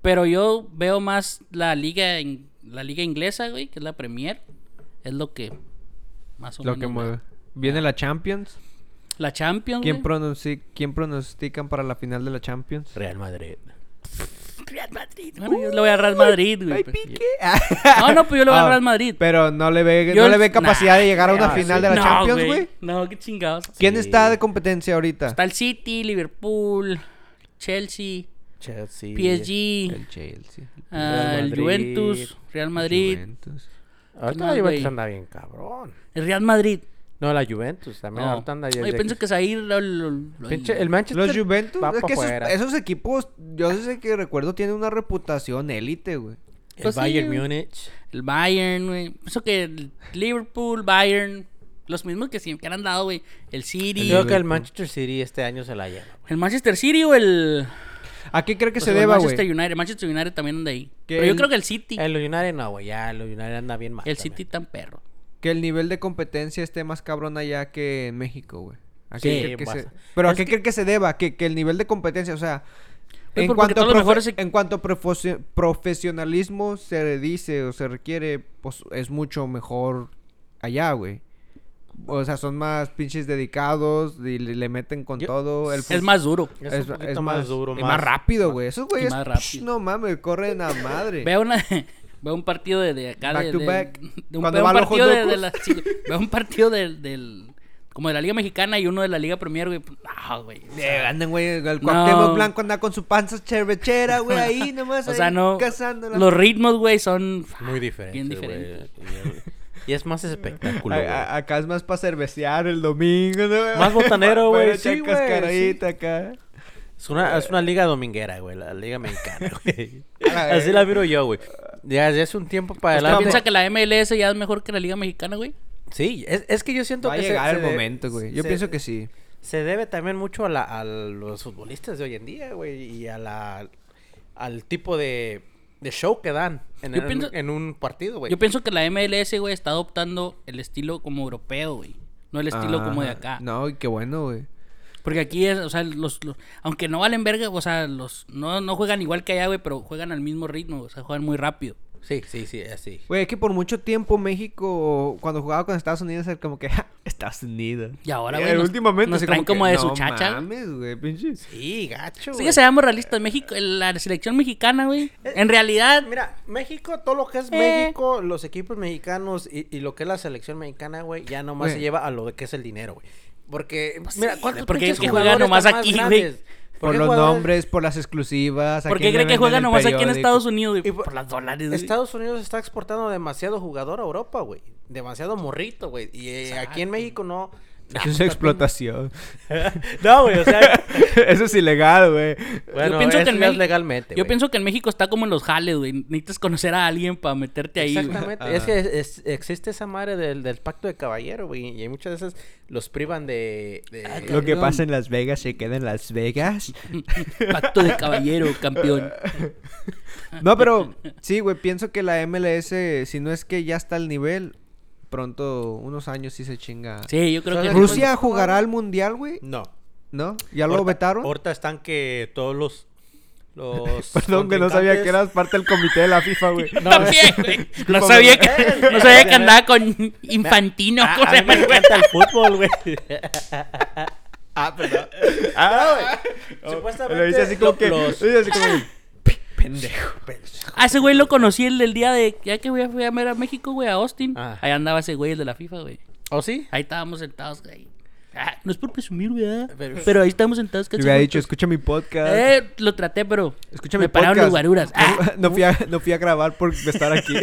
S1: Pero yo veo más la liga in- la liga inglesa, güey, que es la Premier. Es lo que más o menos
S3: Lo que
S1: veo.
S3: mueve. Viene la Champions.
S1: La Champions,
S3: ¿Quién,
S1: güey.
S3: pronosti- quién pronostican para la final de la Champions?
S2: Real Madrid.
S1: Real Madrid. Bueno, yo le voy a Real Madrid, güey. pues.
S3: Ay,
S1: pero-
S3: pique.
S1: No, no, pues yo le voy a
S3: Ah,
S1: Real Madrid.
S3: Pero no le ve,
S1: Yo-
S3: no le ve capacidad
S1: Nah,
S3: de llegar a una
S2: ah,
S3: final
S2: sí.
S3: de la
S1: no,
S3: Champions, güey. Ah.
S1: No, qué chingados.
S3: ¿Quién está de competencia ahorita?
S1: Está el City, Liverpool, Chelsea,
S2: Chelsea.
S1: PSG,
S3: Chelsea.
S1: ah, el
S2: Madrid,
S1: Juventus, Real Madrid. ¿Qué
S2: Ahorita
S1: más,
S2: la Juventus
S1: güey?
S2: anda bien cabrón.
S1: El Real Madrid.
S2: No, la Juventus también.
S1: No.
S2: Ahorita anda
S1: Oye,
S2: ya-
S1: pienso que Zahir lo- lo- lo-
S2: Pinche- el Manchester.
S3: Los Juventus,
S2: va
S3: es
S2: pa'
S3: que esos,
S2: fuera.
S3: esos equipos, yo sé que recuerdo, tienen una reputación élite, güey.
S2: El
S1: Pues sí,
S2: Bayern
S1: güey.
S2: Múnich.
S1: El Bayern, güey. Pienso que el Liverpool, Bayern, los mismos que siempre han dado, güey. El City,
S2: Creo que el
S3: Liverpool.
S2: Manchester City este año se la lleva.
S1: el Manchester City o el,
S3: ¿A qué cree que
S1: o
S3: se
S1: Pues el
S3: deba,
S1: Manchester
S3: güey?
S1: United. Manchester United también anda ahí.
S3: Que
S1: Pero yo
S3: el-
S1: creo que el City, el,
S2: El United no, güey. Ya el United anda bien mal. también.
S1: City tan perro.
S3: Que el nivel de competencia esté más cabrón allá que en México, güey. ¿A qué
S2: Sí,
S3: cree que
S2: pasa.
S3: se- Pero ¿a qué cree que se deba? Que, que el nivel de competencia, o sea...
S1: Güey,
S3: En
S1: porque
S3: cuanto, a
S1: todos los
S3: profe-
S1: mejores equ-
S3: en cuanto a profesio- profesionalismo se dice o se requiere, pues es mucho mejor allá, güey. O sea, son más pinches dedicados y le, le meten con
S2: Yo-
S3: todo. El
S1: Es más duro.
S2: Es, un poquito más, duro,
S3: y más, rápido, güey. Esos güeyes,
S1: más
S3: psh,
S1: rápido.
S3: no mames, corren a madre.
S1: Veo una veo un partido de, de acá
S3: Back
S1: de,
S3: to
S1: de-
S3: back.
S1: de un,
S3: Cuando
S1: veo un
S3: van los
S1: partido de,
S3: Honduras.
S1: de la- sí, güey. veo un partido del, del- como de la Liga Mexicana y uno de la Liga Premier, güey. No, güey. o sea,
S3: Eh, andan, güey, el Cuauhtémoc
S1: No.
S3: Blanco anda con su panza chervechera, güey, ahí nomás,
S1: o sea,
S3: ahí,
S1: no
S3: cazándola.
S1: los ritmos, güey, son
S2: Muy diferente.
S1: Ah, Bien
S2: güey.
S1: diferente.
S2: Y es más espectáculo.
S3: A-
S2: güey.
S3: a- acá es más para cervecear el domingo, ¿no?
S2: Más botanero,
S3: Para
S2: güey,
S3: echar
S2: sí, güey,
S3: cascarita acá.
S2: Es una, es una liga dominguera, güey. La liga mexicana, güey.
S3: A la
S2: Así
S3: verga.
S2: la miro yo, güey. Ya desde hace un tiempo para
S1: ¿Usted
S2: adelante.
S1: Pues piensa que la MLS ya es mejor que la Liga Mexicana, güey?
S2: Sí, es, es que yo siento
S3: Va a
S2: que se-
S3: llegar
S2: se
S3: el
S2: de-
S3: momento, güey. Yo
S2: se-
S3: pienso que sí.
S2: Se debe también mucho a, la- a los futbolistas de hoy en día, güey. Y a la, al tipo de, de show que dan en,
S1: Yo
S2: en-
S1: pienso-
S2: en un partido, güey.
S1: Yo pienso que la MLS, güey, está adoptando el estilo como europeo, güey. No el estilo como de
S3: Ajá.
S1: acá.
S3: Ah, No, y qué bueno, güey.
S1: Porque aquí es, o sea, los, los- aunque no valen verga, o sea, los no, no juegan igual que allá, güey, pero juegan al mismo ritmo, o sea, juegan muy rápido.
S2: Sí, sí, sí, así.
S3: Güey, es que por mucho tiempo México, cuando jugaba con Estados Unidos, era como que, "Ja, Estados Unidos.
S1: Y ahora,
S3: Eh,
S1: güey, nos-
S3: últimamente
S1: nos
S3: así
S1: traen como
S3: que,
S1: de su
S3: "No
S1: chacha".
S3: mames, güey, pinche.
S2: Sí, gacho,
S1: Sí
S2: güey. Eh,
S1: que seamos realistas, México, la selección mexicana, güey, en realidad,
S2: Mira, México, todo lo que es
S1: Eh.
S2: México, los equipos mexicanos y, y lo que es la selección mexicana, güey, ya nomás
S3: Güey.
S2: se lleva a lo de que es el dinero, güey. Porque,
S1: Pues
S2: mira,
S1: sí,
S2: ¿cuántos
S1: porque
S2: pinches
S1: el que juega
S2: jugadores
S1: nomás
S2: están más
S1: aquí, güey.
S2: grandes? ¿Por
S3: Por
S2: qué
S3: los
S2: jugadores-
S3: nombres, por las exclusivas. a
S1: ¿por qué
S3: quién le
S1: cree que
S3: venden
S1: juegan
S3: el
S1: nomás aquí en
S3: periódico?
S1: Estados Unidos?
S2: Y
S1: güey?
S2: por-
S1: por las dólares, güey.
S2: Estados Unidos está exportando demasiado jugador a Europa, güey. Demasiado morrito, güey. Y eh, aquí en México no.
S1: Ah,
S3: Eso es explotación.
S2: No, güey, o sea.
S3: Eso es ilegal, güey.
S2: bueno,
S1: pienso que
S2: eso
S1: en
S2: ya es
S1: Mex-
S2: legalmente.
S1: Yo
S2: güey.
S1: pienso que en México está como en los jales, güey. Necesitas conocer a alguien para meterte ahí. güey.
S2: Exactamente. Es
S3: Ah.
S2: que es- es- existe esa madre del, del pacto de caballero, güey. Y muchas veces los privan de. de-
S1: Ah,
S3: Lo que pasa en Las Vegas se queda en Las Vegas.
S1: Pacto de caballero, campeón.
S3: No, pero sí, güey, pienso que la MLS, si no es que ya está al nivel, pronto, unos años sí se chinga.
S1: Sí, yo creo que.
S3: ¿Rusia jugará al mundial, güey?
S2: No.
S3: ¿No? ¿Ya lo vetaron?
S2: Ahorita están que todos los. los
S3: Perdón, que no sabía que eras parte del comité de la FIFA, güey.
S1: No, También, güey. No sabía que, no sabía que andaba con Infantino.
S2: A,
S1: ¿cómo
S2: Ah, a
S1: se
S2: mí
S1: llama
S2: me
S1: el güey?
S2: encanta el fútbol, güey.
S3: Ah, perdón. Ah, oh,
S2: Supuestamente.
S3: Lo dice así como
S2: lo-
S3: que. eh.
S2: los-
S3: lo hice así como que,
S2: Pendejo.
S1: Ah, ese güey lo conocí el del día de. Ya que güey, fui a ver a México, güey, a Austin.
S2: Ah.
S1: Ahí andaba ese güey, el de la FIFA, güey.
S2: ¿O ¿Oh, sí?
S1: Ahí estábamos sentados, güey. Ah, no es por presumir, güey.
S2: Pero-
S1: Pero, ahí estábamos sentados,
S3: Le
S1: casi
S3: hubiera dicho,
S1: juntos.
S3: escucha mi podcast.
S1: Eh, lo traté, pero.
S3: Escucha
S1: me
S3: mi
S1: pararon
S3: podcast.
S1: los guaruras. Ah,
S3: No, fui a, no fui a grabar por estar aquí.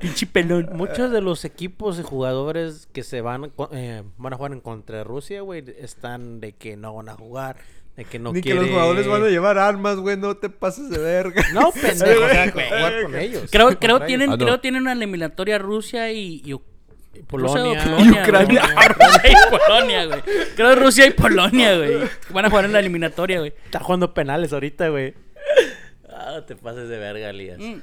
S1: pinche pelón.
S2: Muchos de los equipos y jugadores que se van co- eh, van a jugar en contra de Rusia, güey, están de que no van a jugar, de que no
S3: Ni
S2: quiere-
S3: que los jugadores van a llevar armas, güey. No te pases de verga.
S2: No, pendejo, o sea, jugar con ellos.
S1: Creo,
S2: Contra
S1: creo
S2: ellos.
S1: tienen,
S3: Ah, no.
S1: creo tienen una eliminatoria Rusia y, y U-
S2: Polonia.
S1: Rusia o Polonia,
S3: Y Ucrania.
S1: güey. Rusia y Polonia, güey. Creo Rusia y Polonia, güey. Van a jugar en la eliminatoria, güey.
S2: Está jugando penales ahorita, güey. Ah, te pases de verga, Elías.
S1: Mm.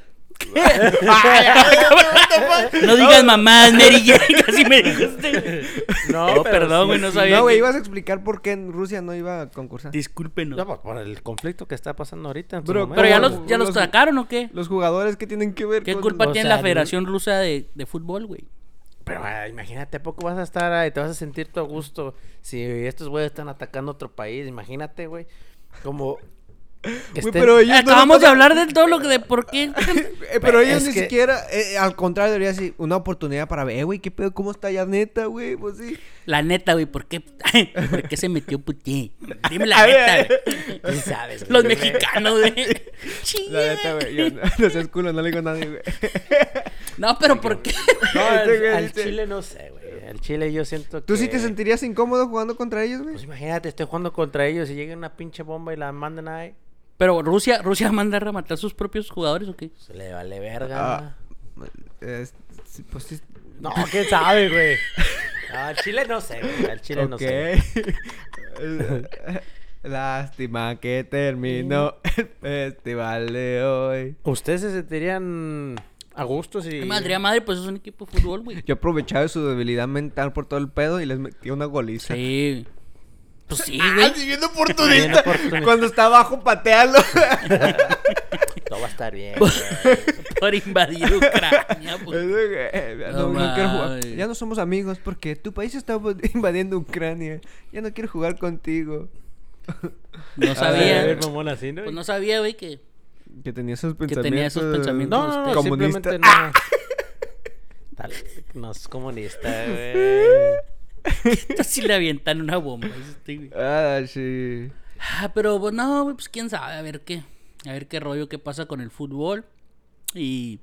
S1: No digas mamás, Mary Jane, casi me dijiste. No,
S5: pero
S1: perdón, güey, no sabía.
S3: No, güey,
S1: que-
S3: ibas a explicar por qué en Rusia no iba a concursar.
S1: Discúlpenos.
S2: No, pues, por el conflicto que está pasando ahorita. en su
S3: Bro,
S2: momento.
S1: Pero ya
S3: no,
S1: los, ya los
S3: los-
S1: sacaron o qué?
S3: Los jugadores que tienen que ver
S1: ¿Qué
S3: con-
S1: culpa
S2: o
S1: tiene
S2: sea,
S1: la Federación Rusa de, de Fútbol, güey?
S2: Pero ah, imagínate, ¿a poco vas a estar ahí? Te vas a sentir tú a gusto si estos güeyes están atacando otro país. Imagínate, güey. Como. que
S3: Güey,
S2: estén-
S3: pero ellos no
S1: Acabamos
S3: lo-
S1: de hablar de todo lo que de por qué.
S3: Eh, pero ellos
S2: Es
S3: ni
S2: que-
S3: siquiera, eh, al contrario, debería ser una oportunidad para ver, eh, güey, qué pedo, cómo está ya neta, güey, pues sí.
S1: La neta, güey, ¿por qué? ¿Por qué se metió Putin? Dime la neta, güey.
S2: ¿Quién sabes? güey?
S1: Los mexicanos, güey.
S3: La neta, güey, yo no, no seas culo, no le digo a nadie, güey.
S1: No, pero ¿por qué?
S2: No,
S3: Este
S2: al,
S3: güey
S2: al
S3: dice-
S2: Chile no sé, güey. Al Chile yo siento que.
S3: ¿Tú sí te sentirías incómodo jugando contra ellos, güey?
S2: Pues imagínate, estoy jugando contra ellos y llega una pinche bomba y la mandan ahí.
S1: Pero Rusia, Rusia manda a rematar sus propios jugadores o qué?
S2: Se pues, le vale verga.
S3: Ah. Eh, es- sí, pues sí.
S2: No, quién sabe, güey. No, al Chile no sé, güey. Al Chile no
S3: Ok.
S2: sé.
S3: Lástima que terminó
S2: Mm.
S3: el festival de hoy.
S2: ¿Ustedes se sentirían a gusto si.
S1: Qué Madre a madre, pues es un equipo de fútbol, güey.
S3: Yo aprovechaba de su debilidad mental por todo el pedo y les metí una goliza.
S1: Sí. Pues sí,
S3: Ah,
S1: güey.
S3: sí, bien oportunista.
S2: oportunista.
S3: Cuando está abajo, patealo.
S2: Todo va a estar bien.
S1: Pues,
S2: güey.
S1: Por invadir Ucrania, pues.
S3: no,
S1: No
S3: no quiero jugar.
S1: mames.
S3: Ya no somos amigos porque tu país está invadiendo Ucrania. Ya no quiero jugar contigo.
S1: No
S2: A
S1: sabía.
S2: ver, mamón, así, ¿no?
S1: Pues no sabía, güey, que.
S3: Que tenía esos
S1: Que
S3: pensamientos.
S1: tenía esos pensamientos.
S2: No, no, no,
S3: Comunista.
S2: simplemente no. Tal- no es comunista, güey.
S1: Si le avientan una bomba. dices tú, güey.
S3: Ah, sí.
S1: Ah, pero pues, no, güey, pues quién sabe, a ver qué. A ver qué rollo qué pasa con el fútbol. Y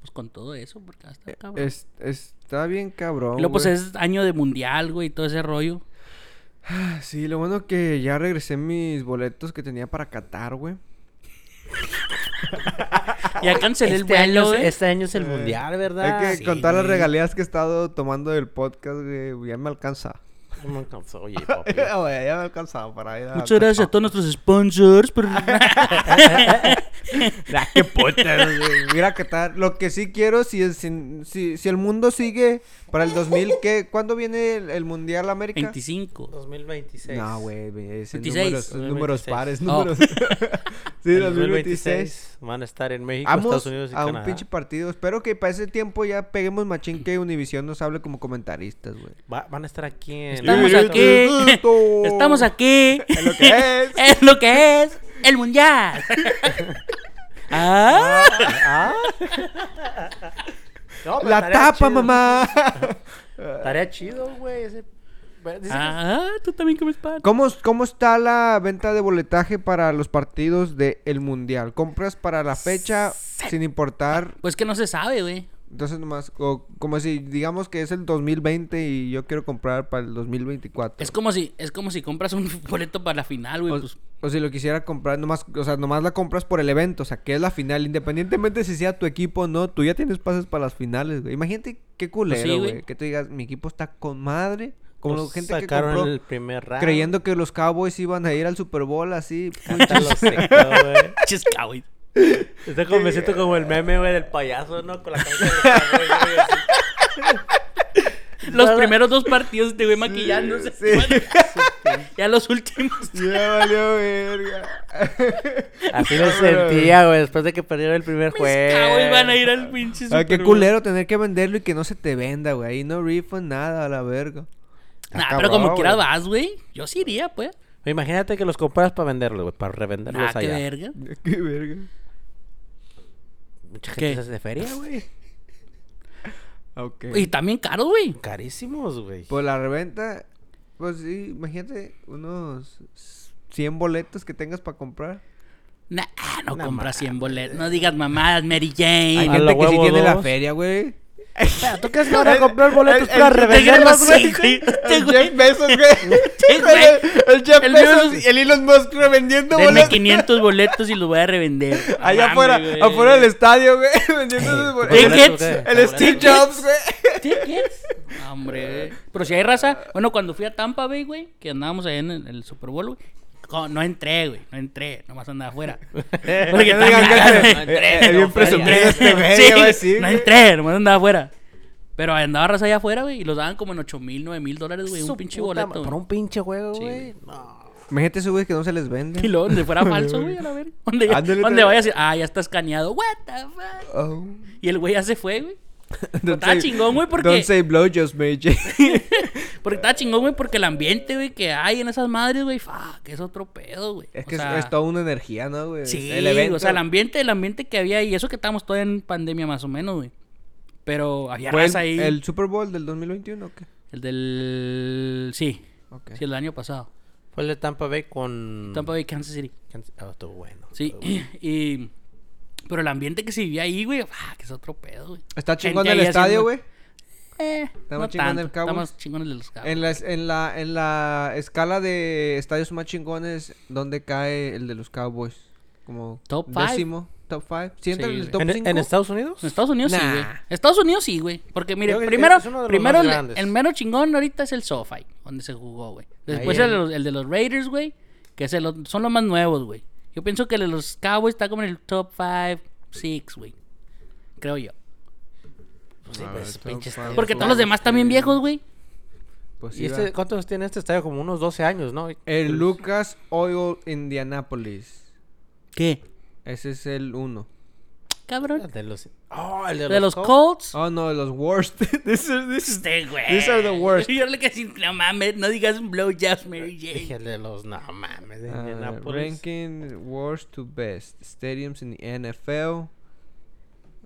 S1: pues con todo eso, porque va a estar cabrón.
S3: Es- está bien cabrón.
S1: Y luego, pues
S3: güey.
S1: es año de mundial, güey, y todo ese rollo.
S3: Ah, Sí, lo bueno que ya regresé mis boletos que tenía para Qatar, güey.
S1: Ya cancelé el
S2: Este año,
S1: vuelo, ¿eh?
S2: es-
S1: güey.
S2: este año es el mundial, ¿verdad?
S3: Hay que
S2: Sí,
S3: con todas las
S2: güey.
S3: regalías que he estado tomando del podcast, güey, ya me alcanza.
S2: No me alcanzó, oye, papi.
S3: Ah, güey, ya me alcanzaba para ir a-
S1: Muchas
S2: Ah, pues,
S1: gracias a todos nuestros sponsors. por-
S3: Ah, qué putas, güey. Mira Qatar. Lo que sí quiero, si, es- si, si, si el mundo sigue para el 2000, ¿qué? ¿cuándo viene el, el Mundial América?
S1: 25.
S2: 2026.
S3: No, güey, güey, es en
S1: 26.
S3: números, en
S2: 2026.
S3: números pares,
S1: Oh.
S3: números. sí,
S2: En
S3: 2026.
S2: 2026 van a estar en México,
S3: Vamos
S2: Estados Unidos y
S3: a un
S2: Canadá.
S3: pinche partido. Espero que para ese tiempo ya peguemos machín que Univision nos hable como comentaristas, güey.
S2: Va- van a estar aquí en...
S1: Estamos
S3: Mira,
S1: aquí.
S3: ¿qué es esto?
S1: Estamos aquí.
S3: Es lo que es.
S1: Es lo que es el mundial. ah,
S2: Ah. No, pero
S3: La
S2: estaría
S3: tapa,
S2: chido.
S3: mamá.
S2: Estaría chido, güey. ese- Bueno, dicen que-
S1: ah, tú también comes pan.
S3: ¿Cómo, ¿Cómo está la venta de boletaje para los partidos del Mundial? ¿Compras para la fecha sin importar?
S1: Pues que no se sabe, güey.
S3: Entonces nomás, o como si digamos que es el 2020 y yo quiero comprar para el 2024.
S1: Es como si, es como si compras un boleto para la final, güey.
S3: O,
S1: pues,
S3: o si lo quisiera comprar, nomás, o sea, nomás la compras por el evento, o sea, que es la final, independientemente si sea tu equipo o no, tú ya tienes pases para las finales, güey. Imagínate qué culero,
S1: Pues sí,
S3: güey,
S1: güey. Pues
S3: que tú digas, mi equipo está con madre, como
S2: Los
S3: la gente que
S2: sacaron
S3: compró
S2: el primer round.
S3: creyendo que los Cowboys iban a ir al Super Bowl así.
S2: Hasta lo secó, güey.
S1: chisca, güey.
S2: Esto como me siento como el meme, güey, del payaso, ¿no? Con la cabeza de los cabrones, güey, así.
S1: Los primeros dos partidos este güey maquillándose. ya los últimos.
S3: Ya valió verga.
S2: Así lo sentía, güey, después de que perdieron el primer
S1: Cowboys
S2: juego.
S1: van a ir al pinche
S3: Pues, Ah, qué
S1: Super Bowl.
S3: culero tener que venderlo y que no se te venda, güey. Ahí no refund nada a la verga.
S1: Nah,
S3: Ah,
S1: pero
S3: cabrón,
S1: como quieras
S3: güey.
S1: vas, güey. Yo sí iría, pues.
S2: Imagínate que los compras para venderlos, güey, para revenderlos
S1: Nah, Ah, qué
S2: allá.
S1: verga.
S3: Qué verga.
S2: Mucha
S1: ¿Qué?
S2: gente se hace de feria, güey.
S3: Ok.
S1: Y también caro, güey.
S2: Carísimos, güey.
S3: Por Pues, la reventa, pues sí, imagínate unos 100 boletos que tengas para comprar.
S1: Nah, ah, no compras 100 boletos. No digas mamadas, Mary Jane.
S3: Hay
S2: A
S3: gente
S2: la
S3: que sí
S2: huevo
S3: tiene la
S2: dos.
S3: feria, güey.
S2: ¿Tú qué haces ahora comprar boletos para
S1: Te digo
S2: revenderlos,
S1: así,
S2: güey?
S1: güey. Este güey,
S3: Jeff Bezos, güey.
S1: este güey.
S3: El Jeff
S1: El
S3: Bezos
S1: Bezos.
S3: y el Elon Musk revendiendo
S1: Denme
S3: boletos.
S1: 500 boletos y los voy a revender.
S3: Allá
S1: Mame,
S3: afuera,
S1: güey.
S3: afuera del estadio, güey. Vendiendo esos boletos.
S1: ¿Tickets?
S3: El Steve Jobs, güey.
S1: ¿Tickets? No, Hombre, güey. Pero si hay raza. Bueno, cuando fui a Tampa Bay, güey, que andábamos allá en el, el Super Bowl, güey, co- no entré, güey. No entré. Nomás andaba afuera.
S3: Para que
S1: Porque
S3: no digan que
S1: también-
S3: se-
S1: no
S3: eh,
S1: entré.
S3: eh, bien
S1: no fue allá.
S3: presumido este güey,
S1: Sí,
S3: iba a decir,
S1: no
S3: güey.
S1: entré. Nomás andaba afuera. Pero andaba raza allá afuera, güey. Y los daban como en 8 mil, 9 mil dólares, güey. Un
S2: Su
S1: pinche
S2: puta ma-
S1: boleto.
S2: Por
S1: güey.
S2: un pinche juego, güey.
S1: güey.
S2: No.
S3: Imagínate esos güeyes que no se les vende.
S1: Y luego, donde fuera falso, güey, a la verga. Donde,
S3: Ándale,
S1: donde
S3: ándale.
S1: vaya a decir, ah, ya está escaneado. What the fuck.
S3: Oh.
S1: Y el güey ya se fue, güey.
S3: Don't
S1: Está
S3: say-
S1: chingón, güey, porque-
S3: Don't say blow, just major.
S1: Porque está chingón, güey, porque el ambiente, güey, que hay en esas madres, güey, que es otro pedo, güey.
S3: Es
S1: O
S3: que es-
S1: sea,
S3: es toda una energía, ¿no, güey?
S1: Sí,
S3: El evento.
S1: o sea, el ambiente, el ambiente que había y eso que estábamos todavía en pandemia más o menos, güey. Pero había
S3: ¿Fue el,
S1: raza ahí.
S3: el
S1: El,
S3: Super Bowl del 2021 o qué?
S1: del... Sí,
S3: Ok. Mm.
S1: sí, el año pasado.
S2: Fue el de Tampa Bay con.
S1: Tampa Bay, Kansas City.
S2: Kansas- Ah, estuvo bueno.
S1: Sí,
S2: estuvo bueno.
S1: y... Pero el ambiente que se vivía ahí, güey, ah, que es otro pedo, güey.
S3: Está
S1: Gente
S3: chingón el
S1: ahí
S3: estadio,
S1: haciendo-
S3: güey.
S1: Eh,
S3: Está
S1: no
S3: más chingón
S1: tanto.
S3: el
S1: Está
S3: Cowboys.
S1: más chingón el de los Cowboys.
S3: En la, en, la, en la escala de estadios más chingones, ¿dónde cae el de los Cowboys? Como
S1: Top five.
S3: décimo, top 5. ¿Sí entra
S1: Sí, e-
S3: en el
S1: güey.
S3: top
S2: ¿En,
S3: 5?
S2: en Estados Unidos?
S1: En Pues, Estados Unidos sí,
S3: Nah.
S1: güey. Estados Unidos sí, güey. Porque mire,
S2: Creo que
S1: primero,
S2: es uno de los
S1: primero
S2: más
S1: el-
S2: grandes.
S1: el mero chingón ahorita es el SoFi, donde se jugó, güey. Después
S2: Ahí
S1: el,
S2: en-
S1: de los- el de los Raiders, güey, que se lo- son los más nuevos, güey. Yo pienso que el de los Cowboys está como en el top 5, 6, güey. Creo yo.
S2: Sí,
S3: A
S2: pues,
S3: ver,
S2: pinche
S3: Tampa.
S2: estadio.
S1: Porque todos los demás también viejos, güey.
S3: Pues sí,
S2: ¿Y este,
S3: va.
S2: cuántos tiene este estadio? Como unos 12 años, ¿no?
S1: Pues
S2: Pues,
S3: El Lucas Oil Indianapolis.
S1: ¿Qué?
S3: Ese es el 1.
S1: Cabrón.
S2: De los, oh, el de,
S1: De los
S2: Colts.
S1: Colts.
S3: Oh, no, los worst. this is, this is...
S1: Este, güey.
S3: These are the worst.
S1: Yo le que decir, no mames, no digas un blowjob, Mary
S2: Dije,
S1: Jane.
S2: el de los. No mames. De
S3: Ah,
S2: Indianapolis.
S3: ranking worst to best. Stadiums in the NFL.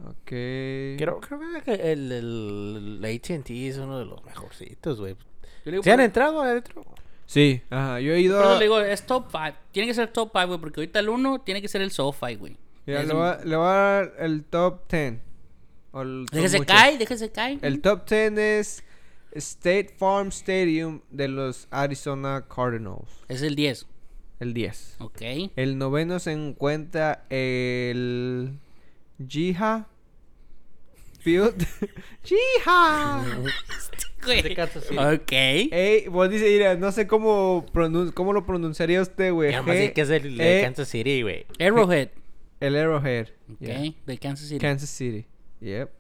S3: Ok.
S2: Creo, creo que el, el, ATT es uno de los mejorcitos, güey.
S1: Yo le digo,
S2: ¿Se han
S1: por-
S2: entrado adentro?
S3: Sí, ajá. Yo he ido.
S1: Por eso le digo, es top 5. Tiene que ser top 5, güey, porque ahorita el 1 tiene que ser el SoFi, güey.
S3: Mira,
S1: Es
S3: le
S1: un-
S3: voy a- le voy a dar el top 10. O el top
S1: Déjese
S3: mucho.
S1: caer, déjese caer.
S3: El top 10 es State Farm Stadium de los Arizona Cardinals.
S1: Es el 10.
S3: El 10.
S1: Ok.
S3: El noveno se encuentra el Jiha Field. Jiha.
S1: Güey.
S2: Kansas City.
S1: Ok.
S3: Ey, vos dice, mira, no sé cómo, pronun- cómo lo pronunciaría usted, güey.
S2: Y además
S3: G-
S2: pues, sí que es el
S3: E-
S2: de Kansas City, güey.
S1: Arrowhead.
S3: El Arrowhead.
S1: Ok.
S3: Yeah.
S1: De Kansas City.
S3: Kansas City. Yep.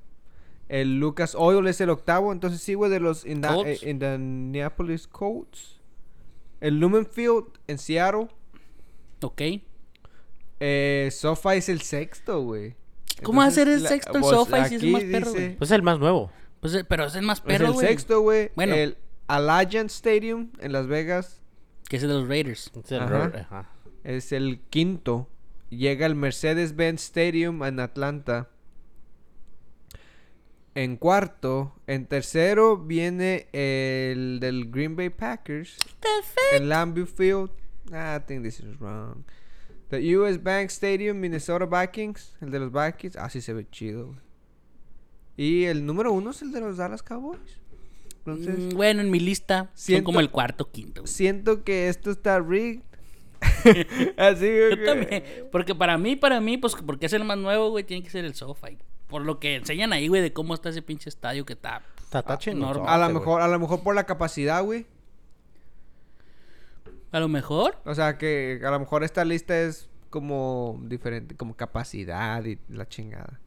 S3: El Lucas Oil es el octavo, entonces sí, güey, de los Inda-
S1: Colts.
S3: eh, Indianapolis Colts. El Lumenfield en Seattle.
S1: ok.
S3: Eh, SoFi es el sexto, güey.
S1: ¿Cómo va a ser el
S3: la-
S1: sexto el
S3: pues,
S1: SoFi si es el
S3: aquí
S1: más perro, güey?
S3: dice-
S2: Pues el más nuevo.
S1: Pues, eh, pero es el más
S3: Es
S1: perro,
S3: el
S1: güey.
S3: sexto, güey.
S1: Bueno.
S3: El Allegiant Stadium en Las Vegas
S1: Que es el de los Raiders.
S2: Es el
S3: Ajá.
S2: Ro- ajá.
S3: es el quinto. Llega el Mercedes-Benz Stadium en Atlanta. En cuarto. En tercero viene el del Green Bay Packers. El Lambeau Field. Ah, I think this is wrong. The US Bank Stadium, Minnesota Vikings. El de los Vikings. Ah, sí se ve chido, güey. Y el número uno es el de los Dallas Cowboys. Entonces,
S1: Mm, bueno, en mi lista son
S3: Siento-
S1: como el cuarto, quinto, güey.
S3: siento que esto está rigged. Así güey,
S1: Yo
S3: que...
S1: también. Porque para mí, para mí, pues porque es el más nuevo, güey, tiene que ser el SoFi. Por lo que enseñan ahí, güey, de cómo está ese pinche estadio que está.
S2: Está, está chingón.
S1: normal.
S3: A lo mejor, a lo mejor por la capacidad, güey.
S1: A lo mejor.
S3: O sea que a lo mejor esta lista es como diferente, como capacidad y la chingada.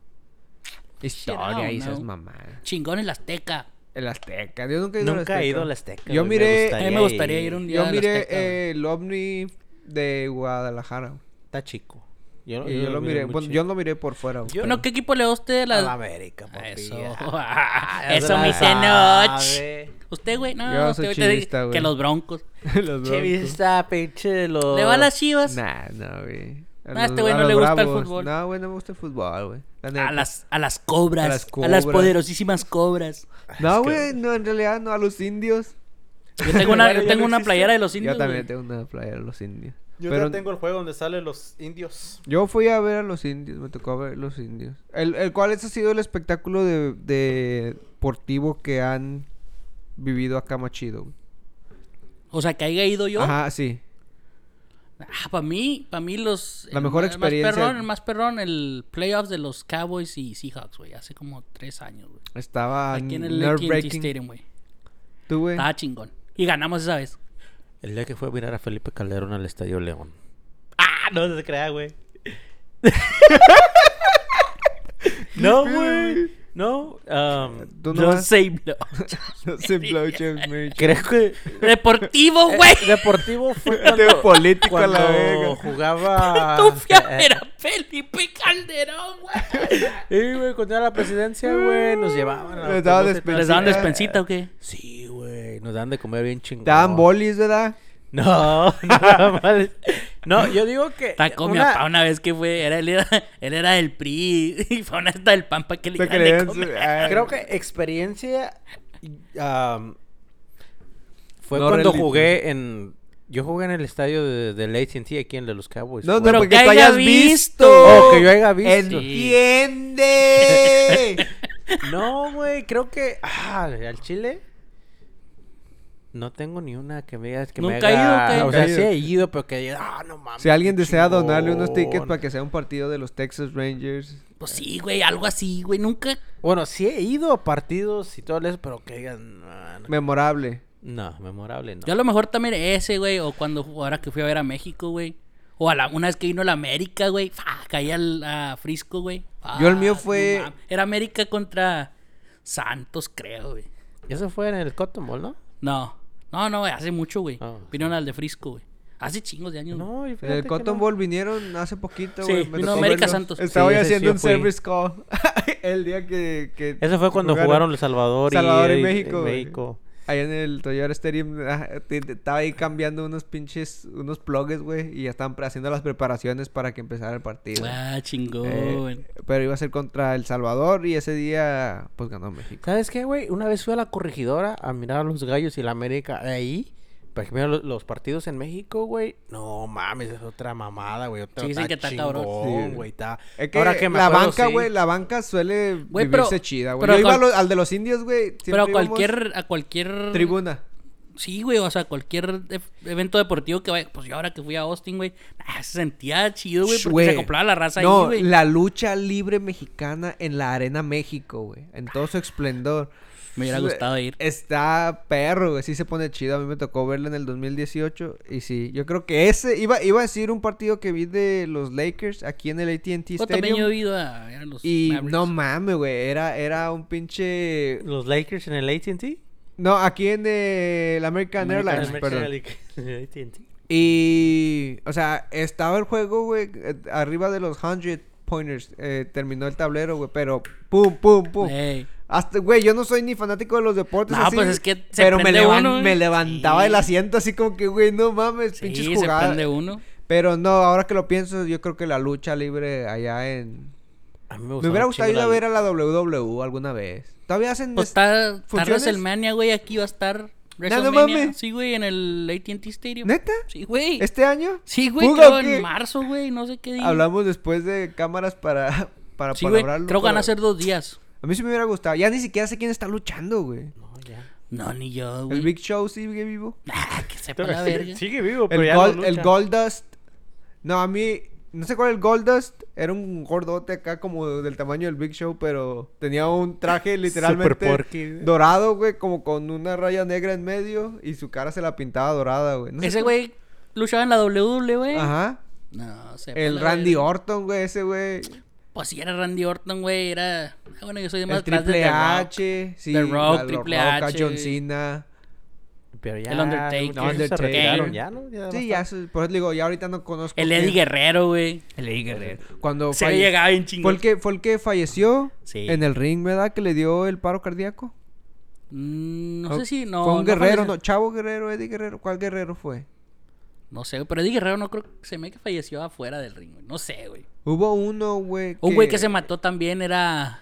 S3: Historia
S1: I
S3: y
S1: don't know.
S3: esas mamadas.
S1: Chingón el Azteca.
S3: El Azteca, yo nunca he ido al
S2: Nunca he ido a
S3: Azteca.
S2: la Azteca.
S3: Yo
S2: güey,
S3: miré- Eh,
S1: A mí me gustaría ir un día.
S3: Yo
S1: al
S3: miré
S1: Azteca, güey.
S3: eh, el ovni de Guadalajara. güey.
S2: Está chico. Yo,
S3: Y yo, lo miré,
S2: muy
S3: bueno,
S2: chico.
S3: yo lo miré por fuera. güey.
S1: Bueno, ¿qué equipo le da usted?
S2: A
S1: La...
S2: la América, papi.
S1: Eso.
S2: ya. Ya se
S1: Eso
S2: la
S1: me dice Noch.
S2: sabe.
S1: Usted, güey, no.
S3: Yo
S1: usted
S3: soy
S1: ahorita dice
S3: chivista, güey.
S1: Que los broncos.
S3: Los dos.
S2: Chivista, pinche los...
S1: Le va a las chivas.
S3: Nah, no, güey.
S1: No, a este güey no le gusta el fútbol.
S3: No, güey, no me gusta el fútbol, güey. La neta.
S1: A las, a las cobras.
S3: A
S1: A
S3: las
S1: las,
S3: cobras.
S1: poderosísimas cobras.
S3: No, güey, no, en realidad no, a los indios.
S1: Yo tengo una,
S2: Bueno,
S1: yo
S2: ya
S1: tengo
S2: no
S1: una
S2: existe.
S1: playera de los indios.
S3: Yo también
S1: güey.
S3: tengo una playa de los indios.
S6: Yo
S3: Pero-
S6: ya tengo el juego donde salen los indios.
S3: Yo fui a ver a los indios, me tocó ver a los indios. El, el cual ese ha sido el espectáculo de, de deportivo que han vivido acá machido. güey.
S1: O sea, que haya ido yo.
S3: Ajá, sí.
S1: Ah, para mí, para mí los...
S3: La
S1: el
S3: mejor
S1: ma- el
S3: experiencia.
S1: Más perrón, el más perrón, el playoffs de los Cowboys y Seahawks, güey. Hace como tres años, güey.
S3: Estaba
S1: Aquí en el
S3: Ah, nerve
S1: AT&T
S3: breaking.
S1: Stadium, güey.
S3: Tú, güey.
S1: Estaba chingón. Y ganamos esa vez.
S2: El día que fue a mirar a Felipe Calderón al Estadio León.
S5: Ah, no se crea, güey. no, güey. No, um,
S3: Tú
S1: No
S3: nomás-
S1: sé. no.
S3: no se blowjobs, Mitch.
S2: creo que
S1: Deportivo,
S3: Eh,
S1: güey.
S2: Deportivo fue
S3: De
S2: cuando,
S3: político a la
S2: cuando
S3: verga. Ah,
S2: jugaba
S1: Tufia era Felipe Calderón, güey.
S2: Sí, güey, cuando era la presidencia, güey, nos llevaban a
S3: Les daban
S2: autobuses.
S3: despensita.
S1: ¿Les daban
S3: eh,
S1: despensita o qué?
S2: Sí, güey, nos dan de comer bien chingón.
S3: Te daban bolis, ¿verdad?
S2: No, no, mal. no, yo digo que
S1: Taco mi
S2: una-
S1: papá una vez que fue, era, él, era, él era del PRI y fue una hasta del Pampa que le
S3: Te
S1: dieron de
S3: creían
S1: comer.
S3: su- ay.
S2: creo que experiencia um, fue
S3: No
S2: cuando
S3: religiosa.
S2: jugué en yo jugué en el estadio de, del AT&T aquí en de los Cowboys.
S3: No, no,
S1: Pero
S2: Bueno,
S3: porque
S1: que
S3: tú
S1: haya
S3: hayas visto.
S1: visto.
S2: Oh, que yo haya visto.
S3: ¡Entiende!
S2: No, güey, creo que. Ah, al Chile. No tengo ni una que me digas que
S1: ¿Nunca
S2: me
S1: he ido,
S2: haga...
S1: ¿qué?
S2: O sea,
S3: Nunca he
S2: sí
S3: ido.
S2: he ido, pero que diga, ah, no mames.
S3: Si alguien
S2: qué
S3: desea
S2: chingón".
S3: donarle unos tickets para que sea un partido de los Texas Rangers.
S1: Pues sí, güey, algo así, güey. Nunca.
S2: Bueno, sí he ido a partidos y todo eso, pero que digan. "Ah, no".
S3: Memorable.
S2: No, memorable, no.
S1: Yo a lo mejor también ese, güey. O cuando ahora que fui a ver a México, güey. O a la, una vez que vino la América, güey. Fa, Caí al a Frisco, güey. Fa,
S3: Yo el mío
S1: no
S3: fue-
S1: mames. era América contra Santos, creo, güey.
S2: Eso fue en el Cotton Bowl, ¿no?
S1: No. No, no, güey. Hace mucho, güey.
S2: Ah.
S1: Vinieron al de Frisco, güey. Hace chingos de años. güey.
S2: No, y
S3: En
S2: fíjate
S3: el
S2: que
S3: Cotton
S2: no.
S3: Bowl vinieron hace poquito,
S1: Sí,
S3: güey. me
S1: vino
S3: tocó
S1: América
S3: verlo.
S1: Santos.
S3: Estaba
S2: Sí,
S3: yo
S2: ese sí
S3: haciendo
S2: yo
S3: un
S2: fui.
S3: service call el día que. que
S2: Eso fue cuando jugaron El Salvador y,
S3: Salvador y
S2: y- y
S3: México, güey.
S2: México.
S3: Ahí en el Toyota Stadium ah, te- te- estaba ahí cambiando unos pinches, unos plugs, güey, y ya estaban pre- haciendo las preparaciones para que empezara el partido.
S1: Ah, chingón.
S3: Eh, pero iba a ser contra El Salvador y ese día, pues ganó México.
S2: ¿Sabes qué, güey? Una vez fui a la corregidora a mirar a los gallos y la América de ahí. Para que mirar los, los partidos en México, güey. No mames, es otra mamada, güey. Otra,
S1: Sí, dicen que está cabrón.
S2: chingón,
S3: Sí.
S2: güey. Está...
S3: Es que,
S2: Ahora que me
S3: la
S2: acuerdo,
S3: banca,
S2: sí.
S3: güey, la banca suele
S1: Güey, pero-
S3: vivirse chida, güey.
S1: pero
S3: Yo iba a
S1: cual-
S3: los- al de los indios, güey. siempre
S1: Pero a
S3: íbamos
S1: cualquier, a cualquier.
S3: Tribuna.
S1: Sí, güey, o sea, cualquier ef- evento deportivo que vaya. Pues yo ahora que fui a Austin, güey, ah, se sentía chido, güey, porque
S3: Güey.
S1: se acoplaba la raza
S3: no,
S1: ahí, güey.
S3: la lucha libre mexicana en la Arena México, güey. En todo su esplendor.
S1: Me hubiera gustado ir.
S3: Está perro, güey. Sí se pone chido. A mí me tocó verla en el 2018. Y sí, yo creo que ese... Iba, iba a decir un partido que vi de los Lakers aquí en el AT&T
S1: O también yo
S3: Stadium.
S1: he ido a, ver a los
S3: Y
S1: Mavericks.
S3: no mames, güey. Era, era un pinche...
S2: ¿Los Lakers en el AT&T?
S3: No, aquí en el American, Airlines,
S2: American
S3: perdón.
S2: League. En el AT&T.
S3: Y, o sea, estaba el juego, güey, eh, arriba de los 100 pointers. eh, terminó el tablero, güey, pero pum, pum, pum.
S1: Ey.
S3: Hasta, güey, yo no soy ni fanático de los deportes.
S1: Eh. No,
S3: así,
S1: pues es que se
S3: Pero me,
S1: prende
S3: levan-
S1: uno, güey.
S3: me levantaba
S1: Sí.
S3: del asiento así como que, güey, no mames, pinches
S1: Sí, se
S3: jugadas.
S1: prende uno.
S3: Pero no, ahora que lo pienso, yo creo que la lucha libre allá en.
S2: A mí
S3: me
S2: gustaba
S3: hubiera
S2: un
S3: gustado ir
S2: chingo
S3: a
S2: la-
S3: ver a la WWE alguna vez. Todavía hacen.
S1: Pues
S3: es-
S1: está, está
S3: ¿Funciones?
S1: WrestleMania, güey, aquí va a estar WrestleMania.
S3: mames.
S1: Sí, güey, en el AT&T Stadium.
S3: ¿Neta?
S1: Sí, güey.
S3: ¿Este año?
S1: Sí, güey,
S3: ¿Fuga
S1: creo
S3: o qué?
S1: en marzo, güey, no sé qué día.
S3: Hablamos después de cámaras para. Para
S1: Sí, güey,
S3: palabrarlo,
S1: creo que van
S3: pero-
S1: a ser dos días.
S3: A mí sí me hubiera gustado. Ya ni siquiera sé quién está luchando, güey.
S2: No, ya.
S1: No, ni yo,
S3: El
S1: Ah, güey.
S3: Big Show sigue vivo.
S1: Ah, que sepa la verga.
S6: Sigue vivo, pero
S3: El,
S6: ya no
S3: Gold,
S6: lucha.
S3: el Goldust. No, a mí. No sé cuál el Goldust. Era un gordote acá como del tamaño del Big Show, pero tenía un
S2: Super
S3: traje
S2: porky,
S3: literalmente
S2: güey.
S3: dorado, güey, como con una raya negra en medio y su cara se la pintaba dorada, güey. No sé
S1: Ese
S3: cuál-
S1: güey luchaba en la WWE, güey.
S3: Ajá.
S1: No, sepa
S3: El
S1: la
S3: Randy
S1: verga.
S3: Orton, güey, ese güey.
S1: Pues si era Randy Orton, güey, era... Ah, Bueno, yo soy de más
S3: El
S1: atrás de
S3: Triple
S1: The Rock.
S3: H. Sí,
S1: The Rock,
S3: la- la
S1: Triple
S3: Roca,
S1: H.
S3: John Cena.
S2: Pero ya...
S1: El Undertaker.
S2: muchos se
S3: Undertaker.
S2: retiraron ya, ¿no? Ya
S3: Sí,
S2: bastante.
S3: ya, eso- por eso le digo, ya ahorita no conozco.
S1: El
S3: quién-
S1: Eddie Guerrero, güey.
S3: El Eddie Guerrero. Cuando
S1: Se
S3: falle-
S1: llegaba bien
S3: Fue
S1: chingón.
S3: el que, fue el que falleció
S1: Sí.
S3: en el ring, ¿verdad? Que le dio el paro cardíaco.
S1: Mm, No
S3: O-
S1: sé si... No,
S3: Fue un
S1: no
S3: guerrero,
S1: falleció.
S3: no, Chavo Guerrero, Eddie Guerrero. ¿Cuál guerrero fue?
S1: No sé, güey, pero Eddie Guerrero no creo que se me que falleció afuera del ring, güey. No sé, güey.
S3: Hubo uno, güey.
S1: Un güey que se mató también era...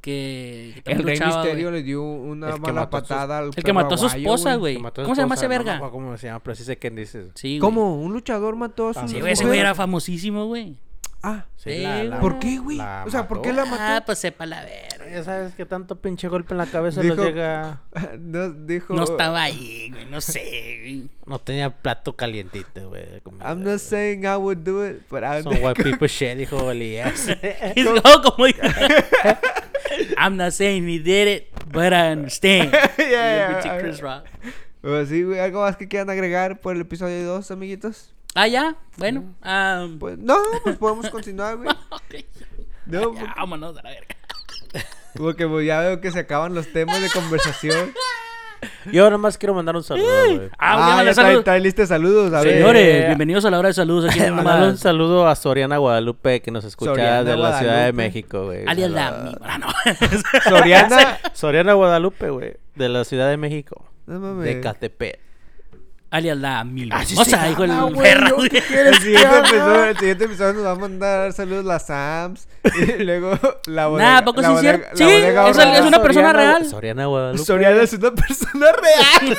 S1: Que... que
S3: El
S1: también
S3: Rey
S1: luchaba, güey.
S3: Misterio le dio una
S2: El que
S3: mala
S2: mató a sus-
S3: patada al
S1: El que
S3: perro
S1: mató a su
S3: aguayo,
S1: esposa, güey.
S2: Que mató a
S1: ¿Cómo se llama ese
S2: esposa, no me
S1: verga?
S2: acuerdo ¿Cómo se llama? Pero sí sé quién dices.
S1: Sí, güey.
S3: ¿Cómo? ¿Un luchador mató a su
S1: Sí, güey, ese güey era famosísimo, güey.
S3: Ah,
S1: Sí,
S2: Sí, la- la-
S3: ¿por qué, güey?
S2: la
S3: O sea, ¿por qué
S2: mató.
S3: la
S1: Ah,
S3: mató?
S1: pues sepa la verga.
S2: Ya sabes que tanto pinche golpe en la cabeza
S3: Dijo-
S2: les llega...
S3: No, dijo...
S1: No estaba ahí, güey, no sé, güey.
S2: No tenía plato calientito, güey. de comida,
S3: I'm
S2: güey.
S3: not saying I would do it, but I'm...
S2: Some white people shit, dijo Elías.
S1: Y luego, como dijo, I'm not saying he did it, But I understand.
S3: Yeah,
S1: Y el
S3: yeah,
S1: pinche
S3: I-
S1: Chris Rock.
S3: Pues sí, güey. ¿Algo más que quieran agregar por el episodio 2, amiguitos?
S1: Ah, ya. Bueno. ah,
S3: Pues no, pues podemos continuar, güey.
S1: ok.
S3: No,
S1: Ya, vámonos a la verga.
S3: porque pues, ya veo que se acaban los temas de conversación.
S2: Yo nomás quiero mandar un saludo, güey.
S1: Ah, ya me la
S3: ya trae,
S1: saludo.
S3: trae lista de saludos, a ver.
S1: Señores, bienvenidos a la hora de saludos aquí en
S2: Mandar un
S1: Nomás.
S2: saludo a Soriana Guadalupe que nos escucha
S3: Soriana
S2: de la Ciudad de
S3: Guadalupe.
S2: México, güey.
S1: Alias la mi- Ah, no.
S3: Soriana.
S2: Soriana Guadalupe, güey, de la Ciudad de México.
S3: No
S2: De
S3: mames.
S2: Catepec.
S1: Alias la mil.
S3: Así
S1: O
S3: se
S1: sea, hijo
S3: llama,
S1: el
S3: Ah, güey,
S1: perro.
S3: ¿yo qué El siguiente, episodio, el siguiente episodio nos va a mandar saludos la Sams y luego la bodega.
S1: Nah, ¿a poco
S3: la
S1: sí es
S3: bodega-
S1: cierto?
S3: la
S1: Sí,
S3: bodega
S1: es el-
S3: ahorrada.
S1: es una persona
S2: Soriana-
S1: real.
S2: Soriana Guadalupe.
S3: Soriana es una persona real.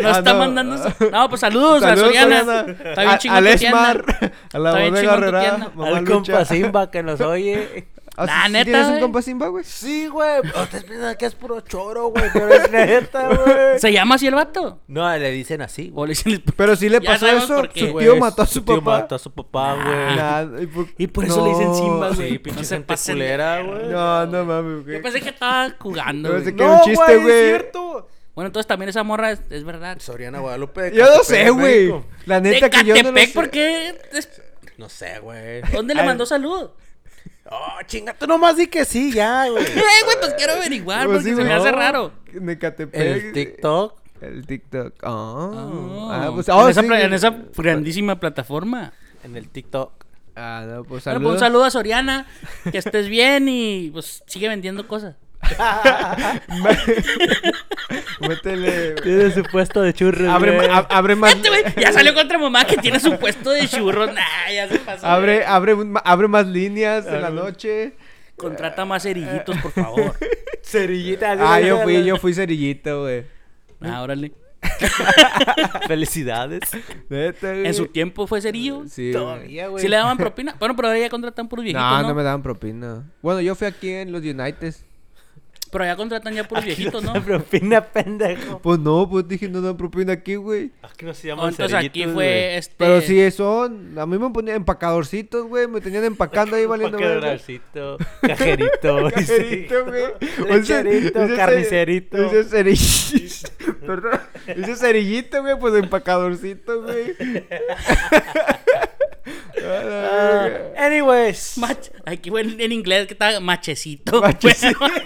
S1: No
S3: Ah,
S1: está
S3: no.
S1: mandando. eso. No, pues saludos, a
S3: Saludos,
S1: Soriana.
S3: Soriana.
S1: Está bien
S3: A-
S1: chingón.
S3: Al
S1: tu tienda.
S3: Esmar, a la
S1: Está bien
S3: bodega
S1: chingón tu
S3: Herrera,
S1: tienda.
S3: mamá
S2: Al
S3: Lucha.
S2: compa Simba que nos oye.
S3: Ah,
S1: Nah,
S3: ¿sí
S1: neta,
S3: ¿Tienes un
S1: güey.
S3: compa Simba, güey?
S2: Sí, güey. Ustedes piensan que es puro choro, güey. Pero es neta, güey.
S1: ¿Se llama así el vato?
S2: No, le dicen así, güey.
S1: O le dicen-
S3: Pero si le
S1: Ya
S3: pasó
S1: sabemos
S3: eso,
S1: por qué, Ah.
S3: su
S2: Güey,
S3: tío mató a su
S2: tío
S3: papá.
S2: mató a su papá, güey.
S3: Nah, y por,
S1: Y por eso le dicen Simba, güey.
S2: Sí,
S1: No
S2: pinche
S1: se
S2: gente
S1: pasen de
S2: culera, güey.
S3: No, no mames,
S1: Yo
S3: güey.
S1: pensé que estaba jugando.
S3: Yo
S1: güey.
S3: pensé que era un chiste, güey.
S6: cierto.
S1: Bueno, entonces también esa morra es, es verdad.
S2: Soriana Guadalupe. de
S3: Yo no
S2: Catepec,
S3: sé, güey.
S2: México.
S3: La
S1: De
S3: neta que yo no lo
S1: Catepec,
S3: sé.
S1: ¿por qué? Es-
S2: No sé, güey.
S1: ¿Dónde le mandó salud?
S2: Oh, chinga, tú nomás di que sí, ya, güey.
S1: Eh, güey, pues quiero averiguar
S3: Pues
S1: porque
S3: sí,
S1: se me
S3: güey.
S1: hace raro.
S3: De Catepec.
S2: El TikTok.
S3: El TikTok. Ah.
S1: Ah,
S3: Ah, pues.
S1: en,
S3: oh,
S1: esa,
S3: sí,
S1: pla-
S3: güey.
S1: en esa grandísima plataforma.
S2: En el TikTok.
S3: Ah, no, pues
S1: Bueno,
S3: saludos.
S1: pues un saludo a Soriana, que estés bien y pues sigue vendiendo cosas.
S3: Métele.
S2: Tiene su puesto de churros,
S3: Abre, ma- ab- abre más.
S1: Este güey ya salió contra mamá que tiene su puesto de churros. Nah, ya se pasó.
S3: Abre, abre, un- ma- abre más líneas en la noche.
S1: Contrata más cerillitos, por favor.
S2: cerillita.
S3: Ah, yo fui, yo fui cerillito, güey.
S1: Ah, órale.
S2: Felicidades.
S3: Neta, este, güey.
S1: En su tiempo fue cerillo.
S3: Sí, güey.
S2: güey.
S1: Si le daban propina. Bueno, pero ahora ya contratan puros viejitos.
S3: No,
S1: No,
S3: no me daban propina. Bueno, yo fui aquí en los Uniteds.
S1: Pero ya contratan ya puros viejitos, ¿no?
S2: Propina, pendejo.
S3: Pues no, pues dije no dan propina aquí, güey.
S2: Aquí no se llama
S1: No, Entonces aquí fue este.
S3: Pero sí son. A mí me ponían empacadorcitos, güey. Me tenían empacando ahí valiendo. verga.
S2: Paquebracito, cajerito.
S3: Cajerito, güey.
S2: Lecherito,
S3: Ese- ese-
S2: carnicerito.
S3: Ese cerillito. Perdón. Ese cerillito, güey, pues empacadorcito, güey. A la
S1: Ah,
S3: verga.
S2: Anyways.
S1: Mach- Aquí fue en, en inglés que estaba machecito.
S3: Machecito.
S1: Bueno.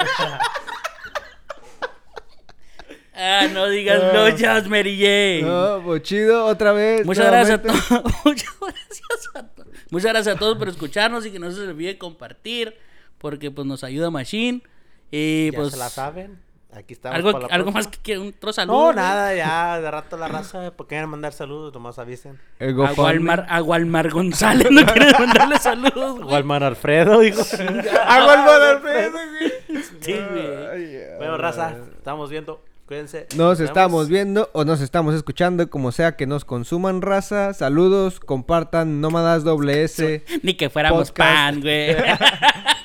S1: ah, no digas no, Jazz Mary Jane.
S3: No, pues chido, otra vez.
S1: Muchas gracias a
S3: nuevamente.
S1: todos. Muchas gracias a todos. Muchas gracias a todos por escucharnos y que no se les olvide compartir. Porque pues nos ayuda Machine. Y
S2: Ya
S1: pues.
S2: se la saben. Aquí estamos.
S1: Algo,
S2: para la
S1: algo
S2: próxima.
S1: más que quieran, un trozo saludo.
S2: No,
S1: güey.
S2: nada, ya. De rato la raza. ¿Por qué van a mandar saludos? Nomás avisen.
S3: El
S1: A
S3: GoFundMe.
S1: Walmar, a Walmar González no quiere mandarle saludos, güey.
S2: Walmar Alfredo, digo.
S3: A Walmar Alfredo, güey.
S1: Sí, güey.
S3: Ay, ay.
S2: bueno, raza, estamos viendo. Cuídense.
S3: Nos
S2: vemos.
S3: estamos viendo o nos estamos escuchando, como sea que nos consuman raza. Saludos, compartan Nómadas doble S.
S1: Ni que fuéramos
S3: Podcast.
S1: pan, güey.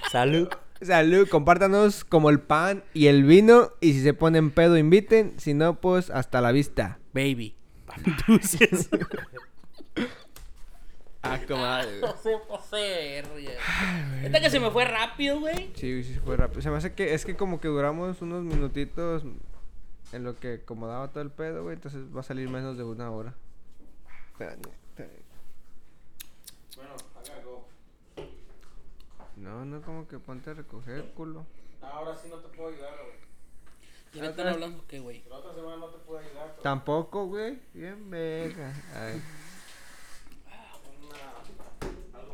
S2: Salud.
S3: Salud, compártanos como el pan y el vino. Y si se ponen pedo, inviten. Si no, pues hasta la vista.
S1: Baby. Dulces.
S3: Ah,
S1: No se posee, ríe. Esta que se me fue rápido, güey.
S3: Sí, sí, fue rápido. Se me hace que es que como que duramos unos minutitos en lo que acomodaba todo el pedo, güey. Entonces va a salir menos de una hora. Espérate, espérate. No, no, como que ponte a recoger, culo.
S6: Ahora sí no te puedo ayudar, güey.
S1: ¿Y ahora están hablando qué, güey?
S6: La otra semana no te puedo ayudar.
S3: Tampoco, güey. Bien, verga. A ver.